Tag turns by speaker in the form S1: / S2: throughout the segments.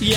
S1: 屋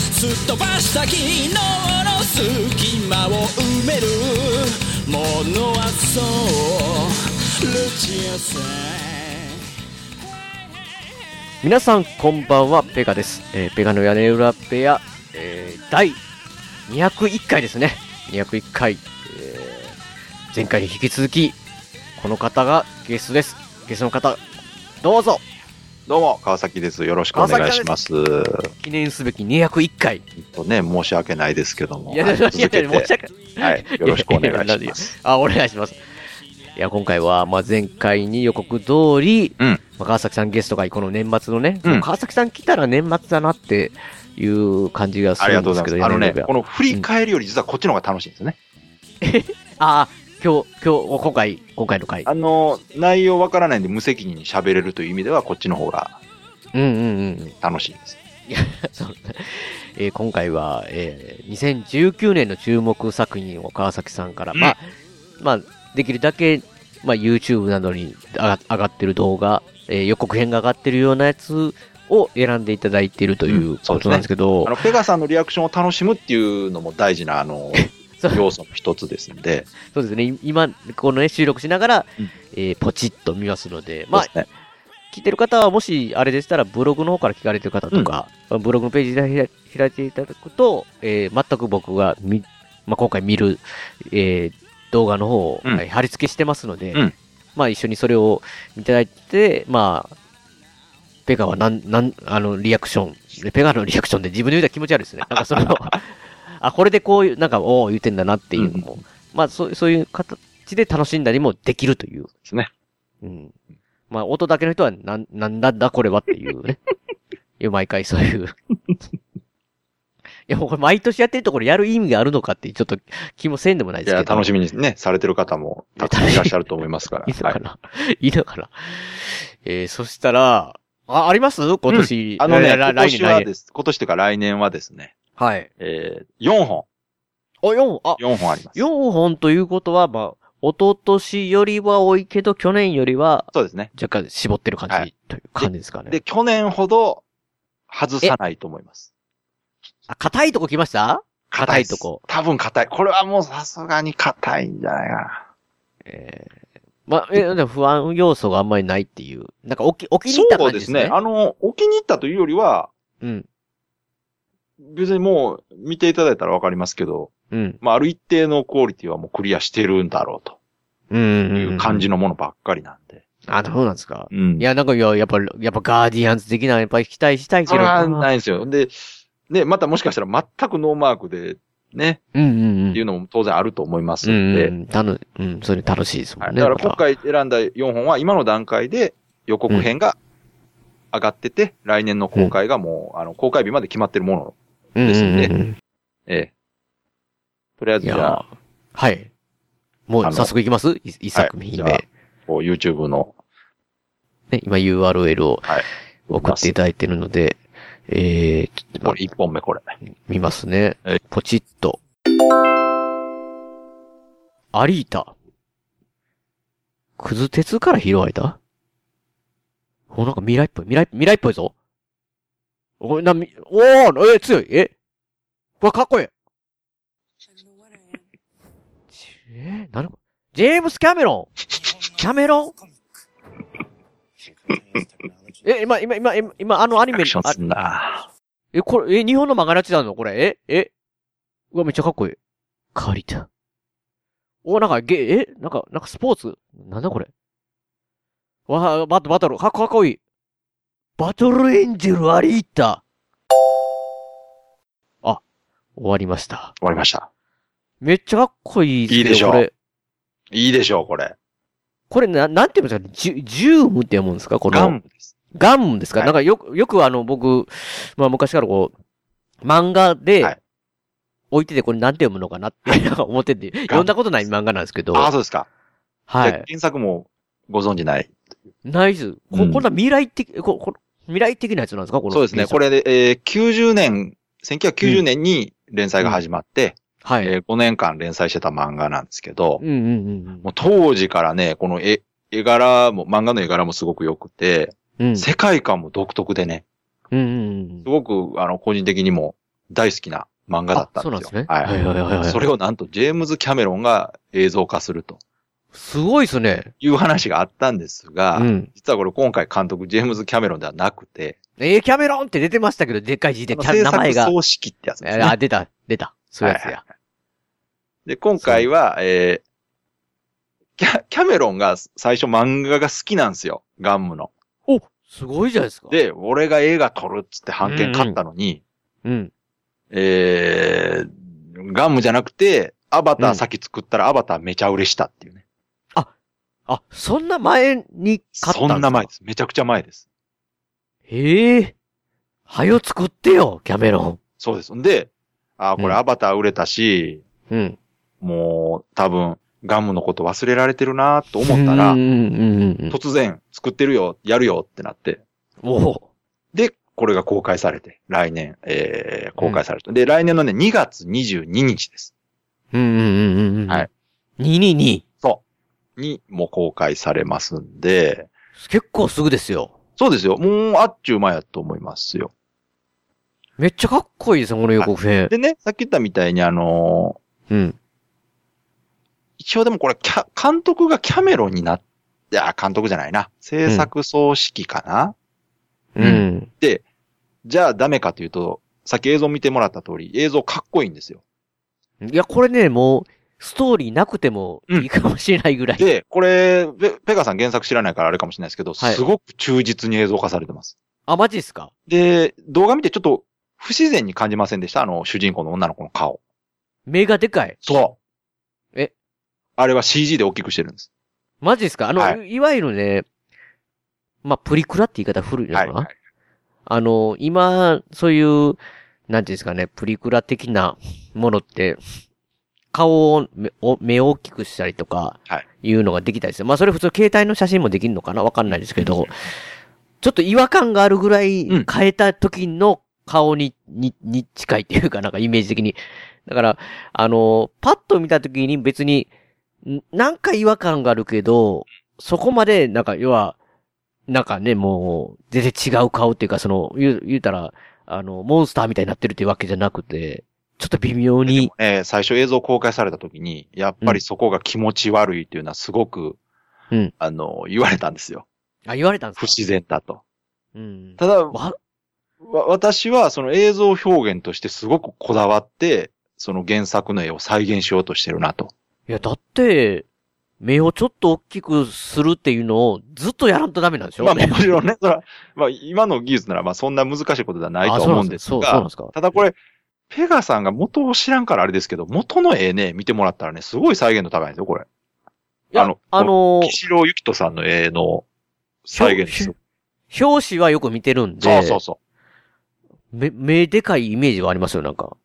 S1: すっ飛ばした昨日の隙間を埋めるものはそうルチアさん
S2: 皆さんこんばんはペガです、えーペガの屋根裏部屋、えー第201回ですね201回、えー前回に引き続きこの方がゲストですゲストの方どうぞ
S3: どうも、川崎です。よろしくお願いします。
S2: 記念すべき201回
S3: えっとね、申し訳ないですけども。
S2: いやいや
S3: はい
S2: いや
S3: 続けて
S2: 申し訳
S3: はい、よろしくお願い
S2: いやい
S3: し
S2: や
S3: ます。
S2: あお願いしますいや今回は、まあ、前回に予告通り、
S3: うん
S2: まあ川崎さんゲストがこの年末のね、
S3: うん
S2: 川崎さん来たら年末だなっていう感じがす
S3: あり
S2: る
S3: が
S2: ん
S3: とう
S2: で
S3: ござ
S2: す
S3: いま
S2: けど、屋根
S3: す。あの
S2: 裏
S3: ね
S2: 部屋、
S3: この振り返るより実はこっちの方が楽しいんですね。
S2: ああ、今日、今日、今回、今回の回。
S3: あの、内容わからないんで無責任に喋れるという意味では、こっちの方が
S2: うんうんうん。
S3: 楽しいです。
S2: そうえー今回は、えー2019年の注目作品を川崎さんから、
S3: うん
S2: まあ、まあ、できるだけ、まあ、YouTube などに上が上がってる動画、えー予告編が上がってるようなやつを選んでいただいているということなんですけど、
S3: あの、ペガさんのリアクションを楽しむっていうのも大事な、あの、
S2: そう
S3: 要素の一つですんで、
S2: そうですね、い今、このね、収録しながら、
S3: うん
S2: えーポチッと見ますので、まあ
S3: そう、ですね
S2: 聞いてる方は、もしあれでしたら、ブログの方から聞かれてる方とか、ブログのページで開開いていただくと、えー全く僕が見、まあ、今回見る、えー動画の方を、
S3: うん
S2: はい貼り付けしてますので、
S3: うん
S2: まあ、一緒にそれをいただいて、まあ、ペガはなん、なん、あの、リアクション、でペガのリアクションで自分で言うたら気持ち悪いですね。なんかそ の、あ、これでこういう、なんか、おお言ってんだなっていうのも、まあ、そう、そういう形で楽しんだりもできるという。
S3: ですね。
S2: うん。まあ、音だけの人は、なん、なんだんだこれはっていう ね。いや、毎回そういう。いや、もうこれ毎年やってるところやる意味があるのかって、ちょっと気もせんでもない
S3: い
S2: ですけ
S3: や、
S2: ど。
S3: 楽し
S2: み。
S3: みにね、されてる方もたくさんいらっしゃると思いますから。
S2: いいの
S3: は
S2: か
S3: い
S2: な、い、いのかなえー、そしたら、あ、あります今年、
S3: あの
S2: え
S3: ね、
S2: ーら
S3: 今
S2: 来年、
S3: 年は
S2: 来年。
S3: です、今年というか来年はですね、
S2: はい。
S3: えー、4本、
S2: お、4、あ、
S3: 4本あります。
S2: 4本ということは、まあ、一昨年よりは多いけど、去年よりは、
S3: そうですね。
S2: 若干絞ってる感じ、
S3: はい
S2: という感じですかね。
S3: で、去年ほど外さないと思います。
S2: あ、硬いとこ来ました硬い
S3: です
S2: とこ。
S3: 多分硬い。これはもうさすがに硬いんじゃないかな。
S2: えーまあ、えでも不安要素があんまりないっていう。なんか起き、起きに行った
S3: そ
S2: 感
S3: う
S2: じ
S3: で
S2: です
S3: す
S2: ね。
S3: ね。あの、お気に入ったというよりは、
S2: うん。
S3: 別にもう見ていただいたらわかりますけど、
S2: うん。
S3: まあ、ある一定のクオリティはもうクリアしてるんだろう
S2: うん。
S3: という感じ
S2: の。
S3: のものばっかりなんで。
S2: あ、そうなんですか。
S3: うん
S2: い。や、なんか、いや、やっぱ、やっぱガーディアンズ的な、やっぱり期待したいけ
S3: そ
S2: ど
S3: れ
S2: な。
S3: はないんですよ。で、ね、またもしかしたら全くノーマークで、ね、
S2: うんうんうん。
S3: っていうのも当然あると思います
S2: うんん、
S3: で、
S2: うん。たの、うん、それ楽しいですも
S3: は
S2: ん
S3: い、
S2: ね。
S3: だから
S2: また
S3: 今回選んだ4本は今の段階で予告編が上がってて、来年の公開がもう、あの、公開日まで決まってるもの。ですね
S2: うんうんうん
S3: ええ。とりあえ
S2: うん。い
S3: ずじゃ
S2: や
S3: あ、、
S2: はい。もう
S3: あの
S2: 早速いきますい一作目
S3: じ
S2: 目、
S3: ゃあこう YouTube の、
S2: ね。今 URL を
S3: はい
S2: 送っていただいてるので、えー、ちょっと
S3: これ1本目これ。
S2: 見ますね
S3: はい。
S2: ポチッと。アリータ。くず鉄から拾われたお、なんか未来っぽい、未来、未来っぽいぞ。お、な、み、おー、え、強い、えうわ、かっこいい。ちえー、なるジェームス・キャメロンキャメロン え、今、今、今、今、今あのアニ
S3: ア
S2: メ
S3: クショ、ン
S2: あ
S3: すんな
S2: え、これ、え、日本の漫画のやつなのこれ、え、え、うわ、めっちゃかっこいい。カリタ。お、なんか、ゲ、え、なんか、なんかスポーツなんだこれ。わあ、バト、バトル、かっこかっこいい。バトルエンジェルアリータ。あ、終わりました。
S3: 終わりました。
S2: めっちゃかっこいいですけど
S3: いいでしょう
S2: これ、
S3: いいでしょう、これ。
S2: これな、なんて言うんですかジュ、ジュームって読むんですかこの。
S3: ガンです。
S2: ガンムですか、
S3: はい
S2: なんかよく、よくあの、僕、まあ昔からこう、漫画で、
S3: はい
S2: 置いててこれなんて読むのかなって、なんか思ってて、読んだことない漫画なんですけど、
S3: ああ、そうですか。
S2: は
S3: じゃあ
S2: い。
S3: 原作もご存じない。
S2: ナイス。こ、こ
S3: うん
S2: んな未来的、こ、こ、未来的なやつなんですかこの
S3: そうですね。
S2: 原作
S3: これで、えー90年、1990年に連載が始まって、
S2: はい。
S3: えー5年間連載してた漫画なんですけど、
S2: うんうんうんうん。
S3: もう当時からね、この絵、絵柄も、漫画の絵柄もすごく良くて、
S2: うん。
S3: 世界観も独特でね、
S2: うんうん
S3: すごく、あの、個人的にも大好きな漫画だったんで
S2: あそうなん
S3: すよ。
S2: ですね
S3: はい。
S2: はいはいはいはい
S3: それをなんと、ジェームズ・キャメロンが映像化すると
S2: うん。すごいですね。
S3: いう話があったんですが、
S2: うん。
S3: 実はこれ今回監督、ジェームズ・キャメロンではなくて、
S2: えー、キャメロンって出てましたけど、でっかい字で、キャ
S3: 制
S2: 名前
S3: 作
S2: が。
S3: 葬式ってやつですね。
S2: あ、出た、出た。そういうやつや。
S3: で、今回は、えー、キャ、キャメロンが最初漫画が好きなんですよ。ガンムの。
S2: おすごいじゃないですか。、
S3: で、俺が映画撮るっつって判件買ったのに、
S2: うん。
S3: えー、ガンムじゃなくて、アバタ
S2: う
S3: ー
S2: ん
S3: 先作ったらアバターめちゃ嬉したっていうね。
S2: あ、そんな前に買ったで
S3: そ
S2: すか
S3: んな前です。めちゃくちゃ前です。
S2: へえ。はよ作ってよ、キャメロ
S3: そうです。んで、あーこ
S2: うん
S3: れアバター売れたし、
S2: ン。うん。
S3: もう多分ガンムのこと忘れられてるなと思ったら
S2: うん、うんうんうん。
S3: 突然作ってるよ、やるよってなって、
S2: おう
S3: で、これが公開されて、来年、えー、公開される、で、来年のね、2月22日です。
S2: うんうんうんうん。
S3: はい。
S2: 222。
S3: そう。に、もう公開されますんで、
S2: 結構すぐですよ。
S3: そうですよ。もう、あっちゅう前やと思いますよ。
S2: めっちゃかっこいいですね、この予告編。
S3: でね、さっき言ったみたいに、あのー
S2: うん。
S3: 一応でもこれ、キャ、監督がキャメロンになっ、いや、監督じゃないな。制作総指揮かな、
S2: うん。うん。
S3: じゃあ、ダメかというと、さっき映像見てもらった通り、映像かっこいいんですよ。
S2: いや、これね、もう、ストーリーなくてもいいかもしれないぐらい。
S3: で、これ、ペペガさん原作知らないからあれかもしれないですけど、
S2: はい
S3: すごく忠実に映像化されてます。
S2: あ、マジっすか
S3: で、動画見てちょっと不自然に感じませんでしたあの、主人公の女の子の顔。
S2: 目がでかい。
S3: そう。
S2: え
S3: あれは CG で大きくしてるんです。
S2: マジっすかあの、、
S3: はい
S2: わゆるね、まあ、プリクラって言い方古いのか
S3: は
S2: な、
S3: い、はい。
S2: あの、今、そういう、なんていうんですかね、プリクラ的なものって、顔を目を、目を大きくしたりとか
S3: はい、
S2: いうのができたりする。まあ、それ普通携帯の写真もできるのかなわかんないですけど、ちょっと違和感があるぐらい
S3: うん
S2: 変えた時の顔に、に、に近いっていうかなんかイメージ的に。だから、あの、パッと見た時に別に、んなんか違和感があるけど、そこまで、なんか、要は、なんかね、もう、全然違う顔っていうか、その、言う、言うたら、あの、モンスターみたいになってるっていうわけじゃなくて、ちょっと微妙に、
S3: えー最初映像公開された時に、やっぱりそこが気持ち悪いっていうのはすごく、
S2: うん
S3: あの、言われたんですよ。
S2: あ、言われたんですか
S3: 不自然だと。
S2: うん。
S3: ただ、わ
S2: わ、
S3: 私はその映像表現としてすごくこだわって、その原作の絵を再現しようとしてるなと。
S2: いや、だって、目をちょっと大きくするっていうのをずっとやらんとダメなんでしょ
S3: まあもちろんね、それはまあ今の技術ならまあそんな難しいことではないとは思うんです
S2: あそう
S3: が
S2: なん、ですかそう、そう
S3: ただこれ、ペガさんが元を知らんからあれですけど、元の絵ね、見てもらったらね、すごい再現度高いんですよ、これ。
S2: なんです
S3: あの
S2: かあの
S3: 岸郎ゆきとさんの絵の再現ですよ。
S2: ー、表紙はよく見てるんで、
S3: そうそうそ
S2: 目、目でかいイメージはありますよ、なんか。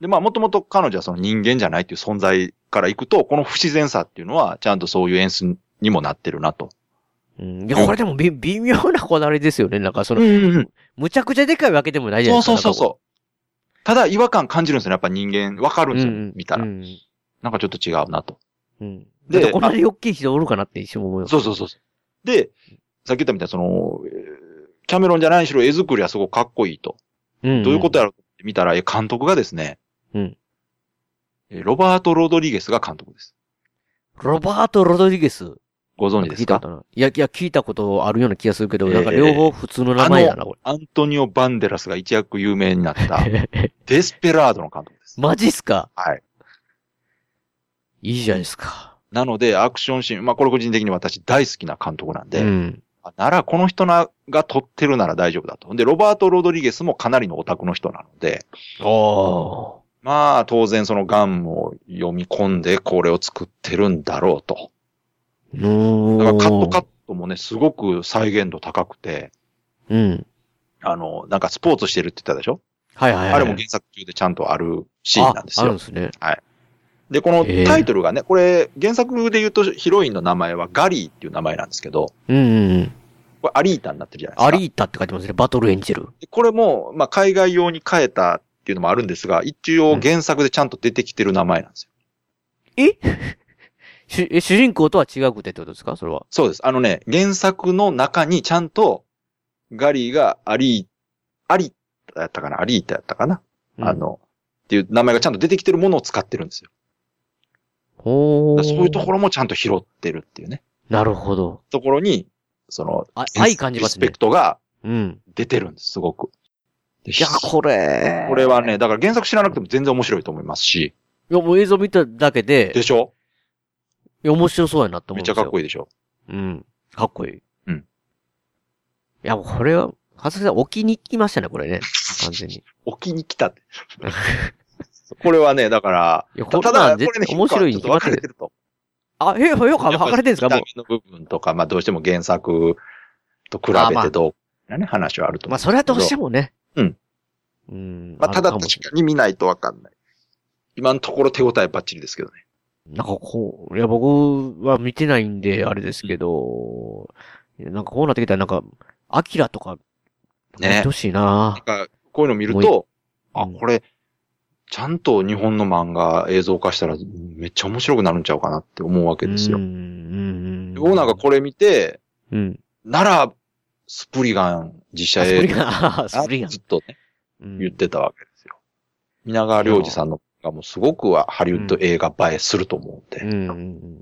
S3: う。で、まあ、もともと彼女はその人間じゃないっていう存在からいくと、この不自然さっていうのは、ちゃんとそういう演出にもなってるなと。
S2: うん、いや、これでもび微妙なこだわりですよね。なんか、その、
S3: うんうん。
S2: むちゃくちゃでかいわけでもないじゃな
S3: そ
S2: いうですか。
S3: そうそうそう。ただ違和感感じるんですよね、やっぱ人間。わかる
S2: う
S3: んですよ、
S2: ん、
S3: 見たら
S2: う。ん。
S3: なんかちょっと違うなと。
S2: うん。
S3: で
S2: で、こんなに大きい人おるかなって一瞬思うよ。
S3: そうそうそうそう。で、さっき言ったみたいに、その、えーキャメロンじゃないにしろ絵作りはすごくかっこいいと。
S2: うん
S3: どういうことやろうって見たら、え監督がですね、
S2: うん
S3: えーロバート・ロドリゲスが監督です。
S2: ロバート・ロドリゲス。
S3: ご存知で
S2: 聞
S3: す
S2: いたこ
S3: か
S2: とない。いや、いや、聞いたことあるような気がするけど、
S3: えー
S2: なんか両方普通の名前だな、こ
S3: アントニオ・バンデラスが一躍有名に なった、
S2: れ。
S3: デスペラードの監督です。
S2: マジっすか
S3: はい。
S2: いいじゃないですか。
S3: なので、アクションシーン、まあこれ個人的に私大好きな監督なんで、
S2: うん。
S3: あならこの人なが撮ってるなら大丈夫だと。で、ロバート・ロドリゲスもかなりのオタクの人なので、
S2: おー。
S3: まあ、当然そのガンを読み込んでこれを作ってるんだろうと。
S2: うーん。
S3: だからカットカットもね、すごく再現度高くて、
S2: うん。
S3: あの、なんかスポーツしてるって言ったでしょ
S2: はいはいはい。
S3: あれも原作中でちゃんとあるシーンなんです
S2: ああるん
S3: よ。
S2: ですね。
S3: で、この
S2: へえ
S3: タイトルがね、これ、原作で言うとヒロインの名前はガリーっていう名前なんですけど、
S2: うんうんうん。
S3: これアリータになってるじゃないですか。
S2: アリータって書いてますね。バトルエンジェル。
S3: でこれも、まあ、海外用に変えたっていうのもあるんですが、一応原作でちゃんと出てきてる名前なんですよ。
S2: しえ 主人公とは違うくてってことですかそれは。
S3: そうです。あのね、原作の中にちゃんと、ガリーがアリー、アリータやったかなアリータやったかな、
S2: うん
S3: あ。の、っていう名前がちゃんと出てきてるものを使ってるんですよ。
S2: ほ
S3: だ
S2: ー。
S3: からそういうところもちゃんと拾ってるっていうね。
S2: なるほど。
S3: ところに、その、
S2: あ愛感じますね
S3: リスペクトが
S2: うん。
S3: 出てるんです、すごく。い
S2: いや、これ。
S3: これはね、だから原作知らなくても全然面白いと思いますし、
S2: いや、もう映像見ただけで、
S3: でしょ
S2: いや、面白そうやなって思
S3: め
S2: うん
S3: っ
S2: で
S3: ち
S2: す
S3: ゃ
S2: よ。
S3: かっこ
S2: い
S3: いいでしょ
S2: い。うん。かっこいい。
S3: うん。
S2: いや、もうこれは、はずきさん、置きに行きましたね、これね。完全に。い
S3: 置きに来たって。これはね、だから、
S2: や、
S3: た
S2: こ
S3: た
S2: んな
S3: だ、
S2: ん
S3: これね、
S2: 面白いに
S3: ち
S2: 決ま
S3: ょっと
S2: っ
S3: 分
S2: て
S3: かれ
S2: る
S3: て。ると。
S2: あ、え、よく分かれてるんですかもう。
S3: 痛みの部分とか、まあどうしても原作と比
S2: あ
S3: べ
S2: まあ
S3: てどうなね、話はあると
S2: ま
S3: 思
S2: あ、それはどうしてもね。
S3: うん。
S2: うん。
S3: う。まあただ
S2: る
S3: 確
S2: かもしれ
S3: かに見ないとわかんない。今のところ手応えバッチリですけどね。
S2: ないなんかこう、いや、僕は見てないんで、あれですけど、いやなんかこうなってきたら、なんか、アキラとか、
S3: ね
S2: 見てほしいな
S3: なんか、こういうの見る
S2: も
S3: と、あ、これ、ちゃんと日本の漫画映像化したらめっちゃ面白くなるんちゃうかなって思うわけですよ
S2: う。ん、うん。
S3: オーナーがこれ見て、
S2: うん。
S3: なら、スプリガン実写
S2: あスプ
S3: 映
S2: リ
S3: 画
S2: ガン、スプリガン
S3: ずっとね、
S2: うん。
S3: 言ってたわけですよ。皆川良二さんのがもうすごくはハリウッド映画映えすると思うんで。
S2: うんうんうん。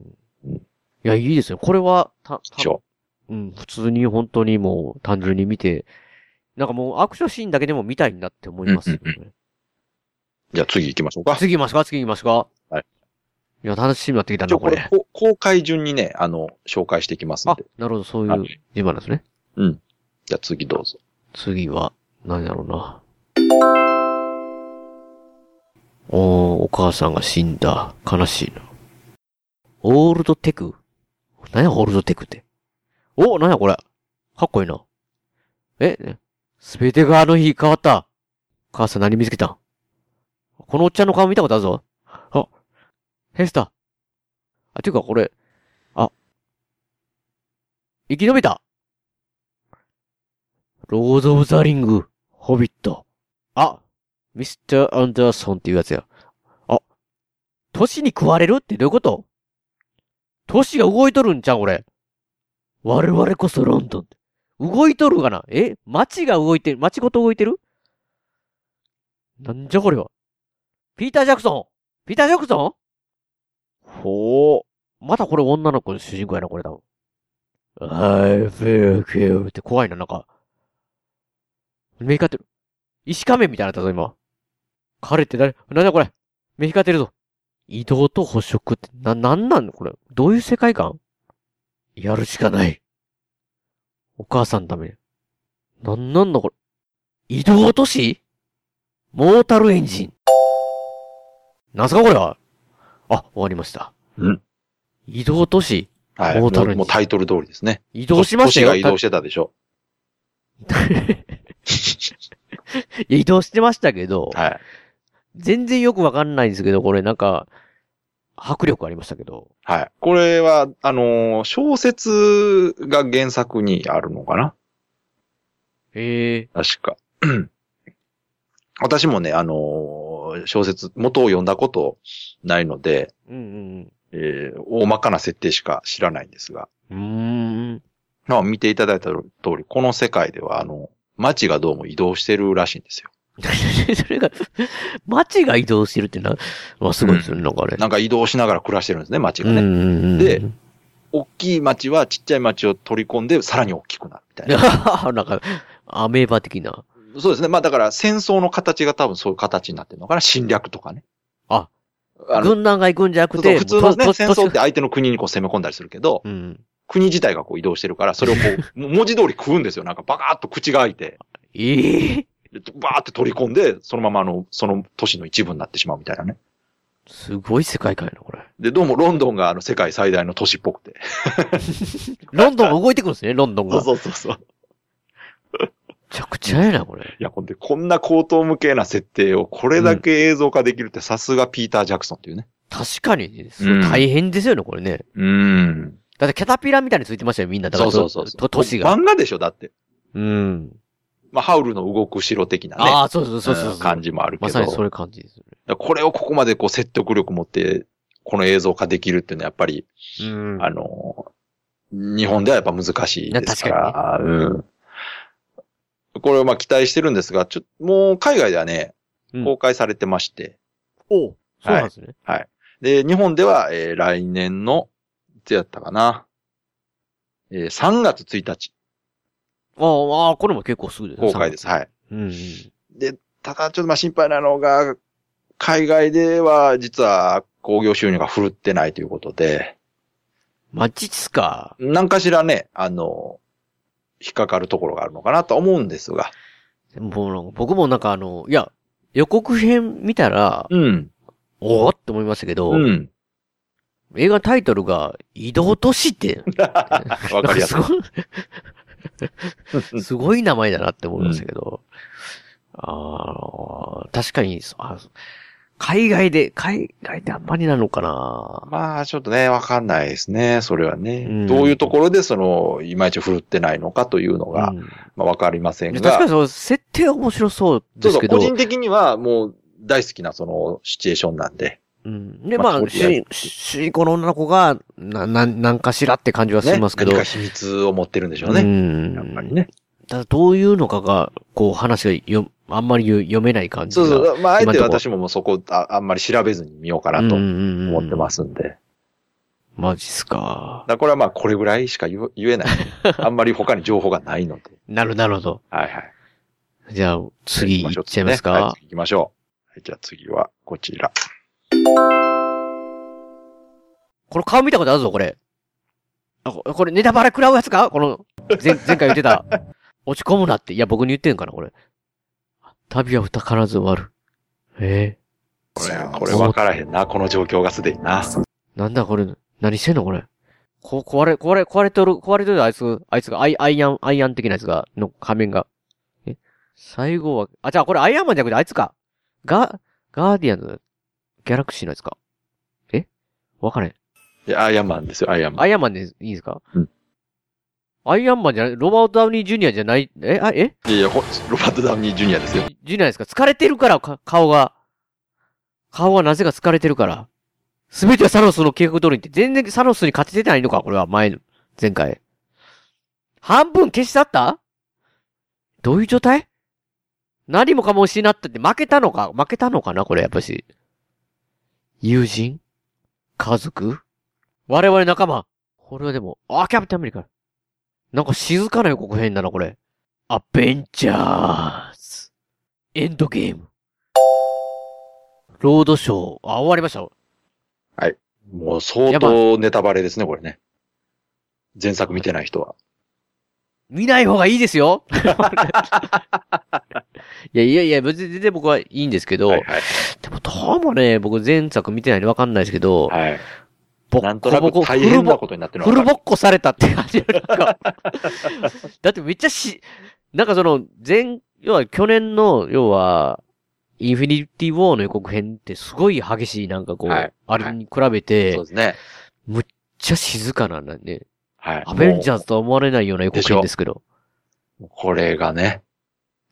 S3: うん
S2: いや、いいですよ。これは、た、
S3: 一
S2: た
S3: 応。
S2: うん、普通に本当にもう単純に見て、なんかもうアクションシーンだけでも見たいなって思いますよね、
S3: うんじゃあ次行きましょうか。
S2: 次行きますか次行きますか
S3: はい。
S2: いや、楽しみになってきた
S3: 一
S2: な、
S3: 応
S2: こ
S3: これ
S2: れ。
S3: こ公開順にね、あの、紹介していきますん
S2: あ
S3: で。、
S2: なるほど、そう
S3: はいいう
S2: 順番なんですね。
S3: じゃあ次どうぞ。
S2: 次は、何だろうな。おー、お母さんが死んだ。悲しいな。オールドテク何や、オールドテクって。お何や、これ。かっこいいな。えすべてがあの日変わった。母さん何見つけたんこのおっちゃんの顔見たことあるぞ。あ、ヘスター。あ、ていうかこれ、あ、生き延びたロード・オブ・ザ・リング、ホビット。あ、ミスター・アンダーソンっていうやつや。あ、年に食われるってどういうこと年が動いとるんちゃう俺。我々こそロンドン。動いとるがな。え街が動いてる。街ごと動いてるなんじゃこれは。ピーター・ジャクソンピーター・ジャクソンほう。またこれ女の子の主人公やな、これ多分。I feel you って怖いな、なんか。目光ってる。石仮面みたいになったぞ、今。彼って誰なんだこれ目光ってるぞ。移動と捕食って、な、なんなんのこれ。どういう世界観やるしかない。お母さんのために。なんなんだこれ。移動都市モータルエンジン。なんすかこれはあ、終わりました。
S3: うん。
S2: 移動都市
S3: はい。
S2: ト
S3: も
S2: ータルに
S3: うもうタイトル通りですね。
S2: 移動しましたよ。
S3: 都市が移動してたでしょ。
S2: いや移動してましたけど、
S3: はい。
S2: 全然よくわかんないんですけど、これなんか、迫力ありましたけど。
S3: はい。これは、あのー小説が原作にあるのかな
S2: え
S3: 確か。 私もね、あのー小説、元を読んだことないので、
S2: えうん
S3: えー大まかな設定しか知らないんですが、
S2: うんうん。うー ん。
S3: まあ見ていただいた通り、この世界では、あの、街がどうも移動してるらしいんですよ。
S2: それが、街が移動してるってな、まあすごいですよね、なんかあれ。
S3: なんか移動しながら暮らしてるんですね、街が
S2: うん
S3: ね。
S2: うんうん。
S3: で大きい街はちっちゃい街を取り込んで、さらに大きくなるみたい な。
S2: なんか、アメーバ的な。
S3: そうですね。まあだから戦争の形が多分そういう形になってるのかな。侵略とかね。
S2: あ、
S3: あの、
S2: 軍団が行くんじゃなく
S3: そう
S2: て、
S3: 普通のね、
S2: と
S3: 戦
S2: と
S3: 争って相手の国にこう攻め込んだりするけど、
S2: うん。
S3: 国自体がこう移動してるから、それをこ う、もう文字通り食うんですよ。なんかバカーっと口が開いて、
S2: ええ
S3: でバーって取り込んで、そのままあの、その都市の一部になってしまうみたいなね。
S2: すごい世界観やな、これ。
S3: で、どうもロンドンがあの世界最大の都市っぽくて。
S2: ロンドンが動いてくるんですね、ロンドンが。
S3: そうそうそう。
S2: ちゃくちゃやな、これ。
S3: いや、ほんで、こんな高等無形な設定をこれだけ映像化できるってさすがピーター・ジャクソンっていうね。
S2: 確かに、すごい大変ですよね、これね。
S3: うん。
S2: だってキャタピラみたいについてましたよ、みんな。だか
S3: そ
S2: ら
S3: うそうそうそう。
S2: と年が。
S3: 漫画でしょ、だって。
S2: うん。
S3: まあ、ハウルの動く城的なね。
S2: ああ、そうそうそうそう
S3: うん感じもあるけど。
S2: まさにそれ感じですよ
S3: だからこれをここまでこう説得力持って、この映像化できるっていうのはやっぱり、
S2: ね。うん。
S3: あのー、日本ではやっぱ難しいですから。うん。これをまあ期待してるんですが、ちょ、もう海外ではね
S2: うん、
S3: 公開されてまして、
S2: おうそうなんですね。
S3: で、日本では、えー来年の、いつやったかな、えー3月1日、
S2: ああ、ああ、これも結構すぐですね
S3: 公開です。。はい。
S2: うんうん。
S3: ただ、ちょっとまあ心配なのが、海外では実は興行収入が振るってないということで、
S2: マジっすか。
S3: 何かしらね、あの、引っかかるところがあるのかなとは思うんですが。
S2: もう僕もなんかあの、いや、予告編見たら、
S3: うん。
S2: おおって思いましたけど、
S3: うん。
S2: 映画タイトルが、移動都市って、
S3: わかり やすい。
S2: なんかすごい、すごい名前だなって思いましたけど、ああ、確かに、あ海外で、海外であんまりなのかな
S3: まあ、ちょっとね、わかんないですね。それはね。
S2: うん
S3: どういうところで、その、いまいち振るってないのかというのが、
S2: うん
S3: まあ、わかりません
S2: 確か
S3: が
S2: に。その設定は面白そう
S3: そ
S2: で
S3: う
S2: す
S3: そう、
S2: け
S3: 個
S2: ど。
S3: 人的にはもう大好きなそのシチュエーションなんで。
S2: うん。で、
S3: まあ
S2: まあ、
S3: とり
S2: 主主人公の女の子が、な、な、なんかしらって感じはし
S3: ね。
S2: ますけど。
S3: 何か秘密を持ってるんでしょう
S2: う
S3: ね。
S2: ん。
S3: やっぱり。ね。
S2: ただ、どういうのかが、こう、話がよ、あんまり読読めない感じ
S3: そ
S2: が。
S3: うそう。まあ、あえ
S2: 今
S3: て
S2: のとこ
S3: 私ももうそこあ、あんまり調べずに見ようかなと思
S2: 思。
S3: ってますすんで。
S2: マジっすか
S3: だ。からこれはまあ、これぐらいしか言う言えない。あんまり他に情報がないので。
S2: なる、なるほど。
S3: はいはい。
S2: じゃあ、次行っちゃいますか。
S3: ねはい、次行きましょう。はい、じゃあ次はこちら。
S2: この顔見たことあるぞ、これ。あ、ここれネタバレ食らうやつかこの、前、前回言ってた。落ち込むなって。いや、僕に言ってんかな、これ。旅は宝ず終わる。え
S3: これ、これ分からへんな。この状況がすでにな。
S2: ー、なんだこれ、何してんのこれ。こ、壊れ、壊れ、壊れとる、壊れとるあいつ、あいつが、アイ、アイアン、アイアン的なやつが、の仮面が。え、最後は、あ、じゃあこれアイアンマンじゃなくてあいつか。ガ、ガーディアンズギャラクシーのやつか。えわからへん。
S3: いやアイアンマンですよ、アイアンマン。
S2: アイアンマンでいいですか
S3: うん。
S2: アイアンマンじゃない、ロバート・ダウニー・ジュニアじゃない、え、あ、え
S3: いやいや、ほロバート・ダウニー・ジュニアですよ。
S2: ジュニアですか疲れてるから、か顔が。顔がなぜか疲れてるから。すべてはサノスの計画通りにって、全然サノスに勝ててないのかこれは前の、前回。半分消し去ったどういう状態何もかも失ったって負けたのか負けたのかなこれやっぱし。友人家族我々仲間これはでも、あ、キャプテンアメリカ。なんか静かな予告編だな、これ。アベンジャーズ。エンドゲーム。ロードショー。あ、終わりました。
S3: もう相当ネタバレですね、これね。前作見てない人は。
S2: 見ない方がいいです よいやいやいや、別に全然僕はいいんですけど、
S3: はいはい。
S2: でもどうもね、僕前作見てないんでわかんないですけど、
S3: はい。
S2: ボッコ
S3: なんとなく
S2: ボコ
S3: 大変なことになってる
S2: フ
S3: の
S2: ル
S3: は
S2: ボッコされたって感じなんか。 だってめっちゃし、なんかその、前、要は去年の、要は、インフィニティ・ウォーの予告編ってすごい激しい、なんかこう、
S3: はい
S2: あれに比べて、
S3: そ
S2: め
S3: う
S2: っ
S3: ですね。
S2: ちゃ静かなんだね。
S3: はい。
S2: アベンジャーズとは思われないような予告編ですけど。
S3: もうこれがね、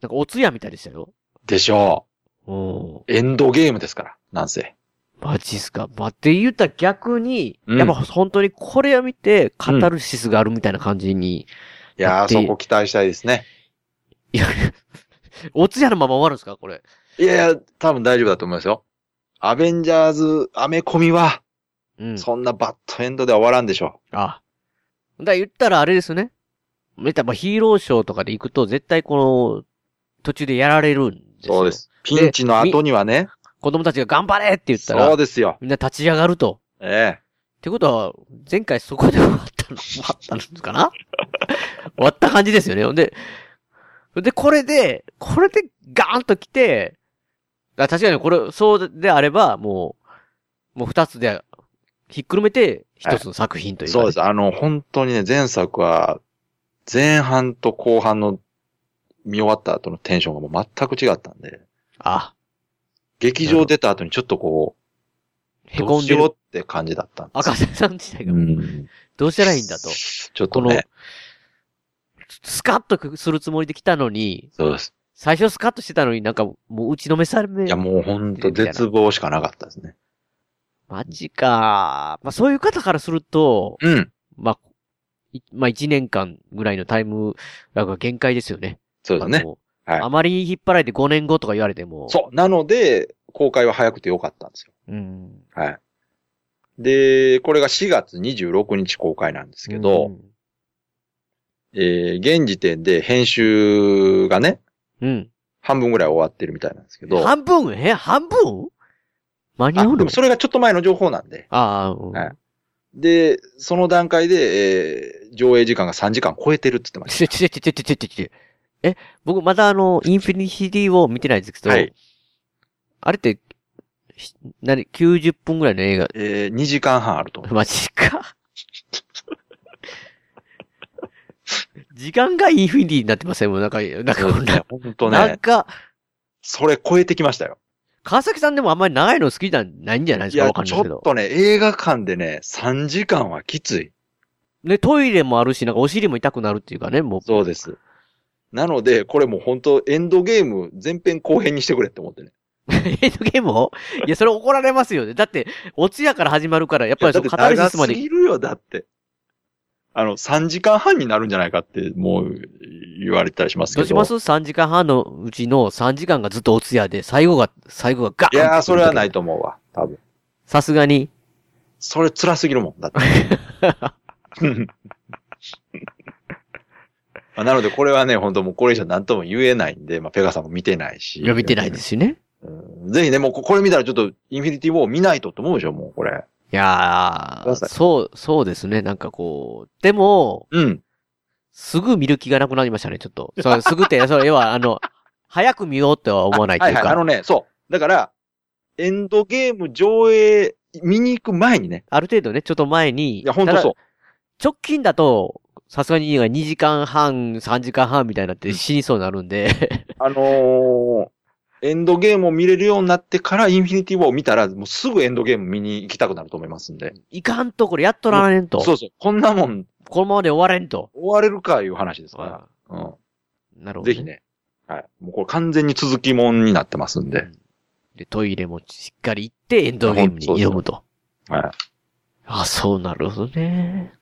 S2: なんかお通夜みたいでしたよ。
S3: でしょ
S2: うん。
S3: う。エンドゲームですから、なんせ。
S2: マジっすか。まあ、って言ったら逆に、
S3: うん
S2: やっぱ本当にこれを見て、カタルシスがあるみたいな感じに、
S3: いや
S2: だ
S3: ー、
S2: って
S3: そこ期待したいですね。
S2: いや、 お通夜のまま終わるんですかこれ。
S3: いやいや、多分大丈夫だと思いますよ。アベンジャーズ、アメコミは、
S2: うん。
S3: そんなバッドエンドでは終わらんでしょ
S2: あだから言ったらあれですね。めったらまあヒーローショーとかで行くと、絶対この、途中でやられるんで
S3: う。
S2: すよ。
S3: そうで。す。ピンチの後にはね、
S2: 子供たちが頑張れって言った
S3: そう
S2: ら、
S3: ですよ。
S2: みんな立ち上がると。
S3: え
S2: ってことは、前回そこで終わったの、 終わったのかな終わった感じですよね。ほんで、で、これで、これでガーンと来て、あ確かにこれ、そうであれば、もう、もう二つで、ひっくるめて、一つの作品と
S3: え
S2: いうか、
S3: そうです。あの、本当にね、前作は、前半と後半の見終わった後のテンションがもう全く違ったんで、
S2: あ、
S3: 劇場出た後にちょっとこう、
S2: へ
S3: ど
S2: こ
S3: うんし
S2: で
S3: よう
S2: る。
S3: って感じだったんで
S2: 赤瀬さん自体
S3: す。
S2: が
S3: うん。
S2: どうしたらいいんだと。
S3: ちょっとね、
S2: スカッとするつもりで来たのに、
S3: そうです。
S2: 最初スカッとしてたのになんかもう打ちのめされ
S3: い
S2: め
S3: や、もうほんと絶望しかなかったですね。
S2: マジか。まあそういう方からすると、
S3: うん。
S2: まあ、いまあ一年間ぐらいのタイムラグが限界ですよね。
S3: そうですね
S2: あ。の
S3: はい
S2: あまり引っ張られて5年後とか言われても。
S3: そう。なので、公開は早くてよかったんですよ。
S2: う。うん。
S3: はい。で、これが4月26日公開なんですけど、えー現時点で編集がね、
S2: うん。
S3: 半分ぐらい終わってるみたいなんですけ
S2: うん。
S3: ど、
S2: 半分え半分間に合
S3: あ
S2: う
S3: で
S2: の
S3: もそれがちょっと前の情報なんで、
S2: ああ、うん
S3: はいで、その段階で、えー上映時間が3時間超えてるって言ってまし
S2: ちょちょちょちょちょちょちょえ、僕まだあの、インフィニティを見てないですけど、
S3: はい
S2: あれって、ひ何、90分ぐらいの映画、
S3: た。えー2時間半あると思 う。
S2: マジか。時間がインフィニティになってませんもうなんか、なんか、
S3: そうですねほんと
S2: なん
S3: ね、
S2: か、
S3: それ超えてきましたよ。
S2: 川崎さんでもあんまり長いの好きじゃないんじゃないで
S3: い
S2: すか
S3: や、
S2: わかんないで
S3: ち
S2: すけ
S3: ょっ
S2: ど。
S3: とね、映画館でね、3時間はきつい。
S2: ね、トイレもあるし、なんかお尻も痛くなるっていうかね、 もう。
S3: そうです。なので、これもう本当エンドゲーム前編後編にしてくれって思ってね。
S2: エンドゲームをいや、それ怒られますよね。だって、お通夜から始まるから、やっぱり
S3: だ
S2: そ
S3: って
S2: の語り
S3: 長
S2: 進ますで
S3: ぎるよ、だって。あの、3時間半になるんじゃないかって、もう、言われたりしますけ
S2: ど
S3: ど。
S2: うします ?3 時間半のうちの3時間がずっとお通夜で、最後が、最後がガーン。
S3: いやー、それはないいと思うわ。多分。
S2: さすが に。
S3: それ辛すぎるも ん。だって。まあなので、これはね、本当もうこれ以上何とも言えないんで、まあ、ペガさんも見てないし。。
S2: いや、見てないですすよね。
S3: ぜひね、もうここれ見たらちょっと、インフィニティウォー見ないとって思うでしょ、もうこれ。
S2: いや
S3: くだ
S2: ー
S3: さい
S2: そう、そうですね。なんかこう、でも、
S3: うん。
S2: すぐ見る気がなくなりましたね、ちょっと。 そう、すぐって、それ、要は、あの、早く見ようとは思わないという
S3: はいはい、あ
S2: か、
S3: のね、そう。だから、エンドゲーム上映、見に行く前にね。
S2: ある程度ね、ちょっと前に、
S3: いや、本当
S2: た
S3: そう
S2: だ。直近だと、さすがに2時間半、3時間半みたいになって死にそうになるんで、
S3: あのー、エンドゲームを見れるようになってから、インフィニティウォーを見たら、もうすぐエンドゲーム見に行きたくなると思いますんで。
S2: いかんと、これやっとられんと。
S3: そうそう。こんなもん、
S2: このままで終われんと。
S3: 終われるかいう話ですか
S2: うん
S3: ら。
S2: なるほど、
S3: うん。ぜひ。ね。はい。もうこれ完全に続きもんになってますんで。
S2: で、トイレもしっかり行って、エンドゲームに挑むと。
S3: は
S2: あ、そうなるほどね。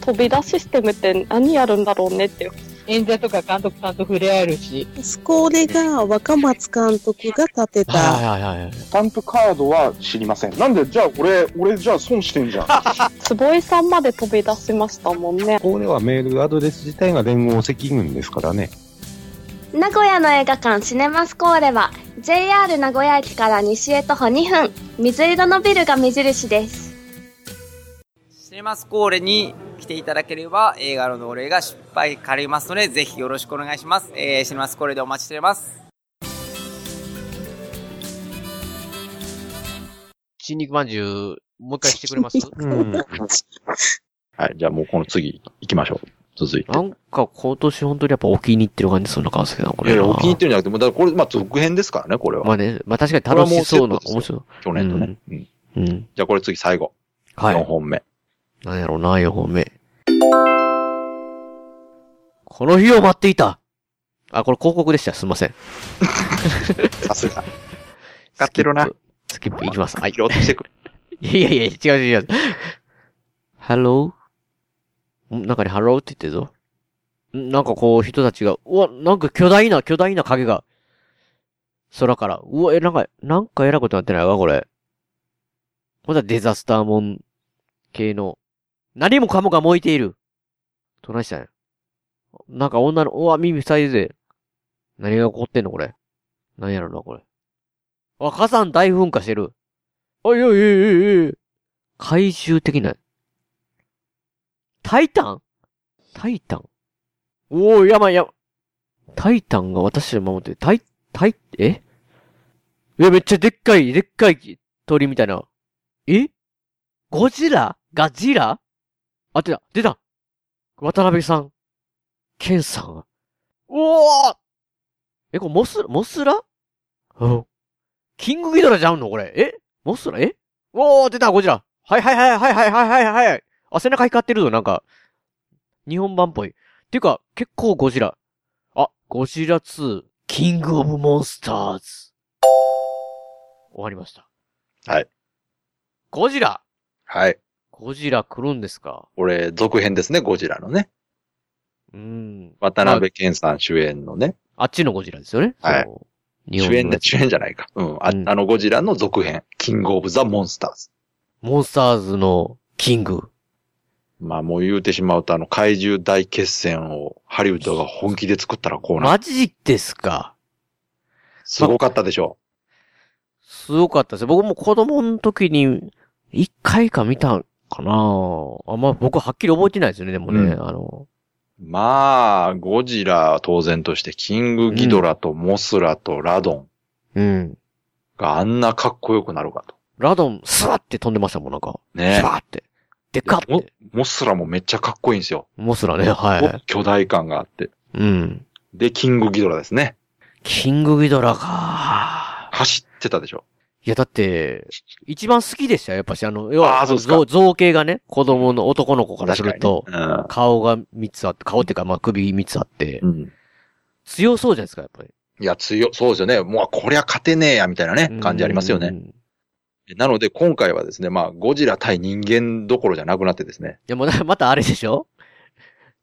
S4: 飛び出システムって何やるんだろうねっていう
S5: 演者とか監督さんと触れ合えるし、
S6: それが若松監督が建てた。
S2: はいはいはい。
S7: スタンプカードは知りません。なんで、じゃあ俺、俺じゃあ損してんじゃん。
S4: 坪井さんまで飛び出しましたもんね
S8: ここではメールアドレス自体が連合赤軍ですからね。
S9: 名古屋の映画館シネマスコーレは JR 名古屋駅から西へ徒歩2分水色のビルが目印です
S10: シネマスコーレに来ていただければ映画の同例が失敗かりますのでぜひよろしくお願いします、えー、シネマスコーレでお待ちしております
S2: 新肉まんじゅう、もう一回してくれます
S8: うん。
S3: い。はい。じゃあもうこの次行きましょう。続い て。
S2: なんか今年本当にやっぱお気に入ってる感じするな、川崎さん。こ
S3: い
S2: れ
S3: やい
S2: な。
S3: や、お気に入ってるんじゃなくて、もうだからこれ、まあ続編ですからね、これ
S2: ま
S3: は。
S2: あね、まあ確かに楽しそうな、
S3: これはも
S2: 面
S3: うセ
S2: 白い。
S3: 去年とね。うん。
S2: うん。
S3: じゃあこれ次最後。
S2: は
S3: 4
S2: い。
S3: 本目。
S2: なんやろうな、4本目。この日を待っていたあ、これ広告でした。すいません。
S3: さすが。使ってるな
S2: スキップ。スキップいきます。はい。
S3: 拾ってきてくれ。
S2: いやいやいや、違う違う違う。Hello? ん中に Hello って言ってるぞ。んなんかこう人たちが、うわ、なんか巨大な、巨大な影が、空から。うわ、え、なんか、なんか偉いことになってないわ、これ。まだデザスターモン系の。何もかもが燃えている。どないしたんや。なんか女の、うわ、耳塞いでて。何が起こってんの、これ。何やろな、これ。あ、火山大噴火してる。あ、いやいやいやいやいや回収的な。タイタンタイタンおお、やばいやばい。タイタンが私を守ってる、タイ、タイ、えいや、めっちゃでっかい、でっかい鳥みたいな。えゴジラガジラあ、出た、出た渡辺さん。ケンさん。おおえ、これモス、モスラうんキングギドラじゃんのこれ。えモスラえおお出た、ゴジラ。はいはいはいはいはいはいはいはい。あ、背中光ってるぞ、なんか。日本版っぽい。ていうか、結構ゴジラ。あ、ゴジラ2、キングオブモンスターズ。終わりました。
S3: はい。
S2: ゴジラ
S3: はい。
S2: ゴジラ来るんですか
S3: 俺、続編ですね、ゴジラのね。
S2: うーん。
S3: 渡辺健さん主演のね。
S2: あっちのゴジラですよね
S3: はい
S2: そう日本
S3: 主
S2: の
S3: 演で、主演じゃないか。うん。あ,、
S2: うん
S3: あのゴジラの続編。キングオブザ・モンスターズ。
S2: モンスターズのキング。
S3: まあもう言うてしまうと、あの怪獣大決戦をハリウッドが本気で作ったらこうなる。
S2: マジですか
S3: すごかったでしょ
S2: すごかったですよ。僕も子供の時に、一回か見たんかなあんま僕はっきり覚えてないですよね、でもね。
S3: うん
S2: あの、
S3: う。まあ、ゴジラは当然として、キングギドラとモスラとラドン
S2: うん。
S3: があんなかっこよくなるかと。
S2: ラドン、スワって飛んでましたもん、なんか。ス
S3: ね
S2: ワって。でかっ
S3: モ
S2: て。
S3: モスラもめっちゃかっこいいんですよ。
S2: モスラね、は
S3: 巨大感があって。
S2: い。うん。
S3: で、キングギドラですね。
S2: キングギドラか。
S3: 走ってたでしょ。
S2: いや、だって、一番好きでしたよ。やっぱし、あの、要
S3: あ
S2: は、
S3: ーそうですか
S2: 造造形がね、子供の男の子からすると、
S3: 確か
S2: 顔が三つあって、顔っていうか、まあ、首三つあって
S3: に、ね。うん。うん。
S2: 強そうじゃないですか、やっぱり。
S3: いや、強い、そうですよね。もう、こりゃ勝てねえや、みたいなね、感じありますよ
S2: うん
S3: ね。
S2: い
S3: なので、今回はですね、まあ、ゴジラ対人間どころじゃなくなってですね。
S2: や、もうな、またあれでしょ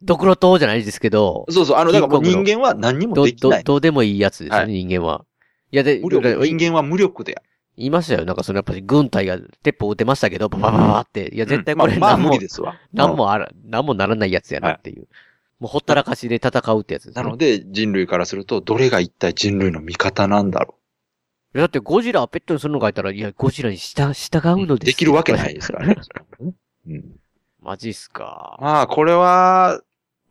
S2: ドクロ島じゃないですけど、
S3: そうそう、あの、だからもう
S2: キン
S3: 人
S2: グ
S3: 間は何にも
S2: ど、
S3: できな
S2: ど、
S3: い。
S2: どうでもいいやつですよね、
S3: は
S2: 人間は。いや、で、
S3: 無力、人間は無力である。
S2: 言いましたよ。なんか、そのやっぱり軍隊が鉄砲撃てましたけど、バババババって。いや、絶対これ、
S3: うんまあ、
S2: なん
S3: まあ
S2: も
S3: 無理ですわ。
S2: なん
S3: うん
S2: もあら、なんもならないやつやなっていう。もうほったらかしで戦うってやつですね
S3: なので、人類からすると、どれが一体人類の味方なんだろ
S2: いやだってゴジラをペットにするのがいたら、いや、ゴジラに従従うの
S3: う。
S2: です。
S3: できるわけないです からね。。うん
S2: マジっすか。
S3: まあ、これは、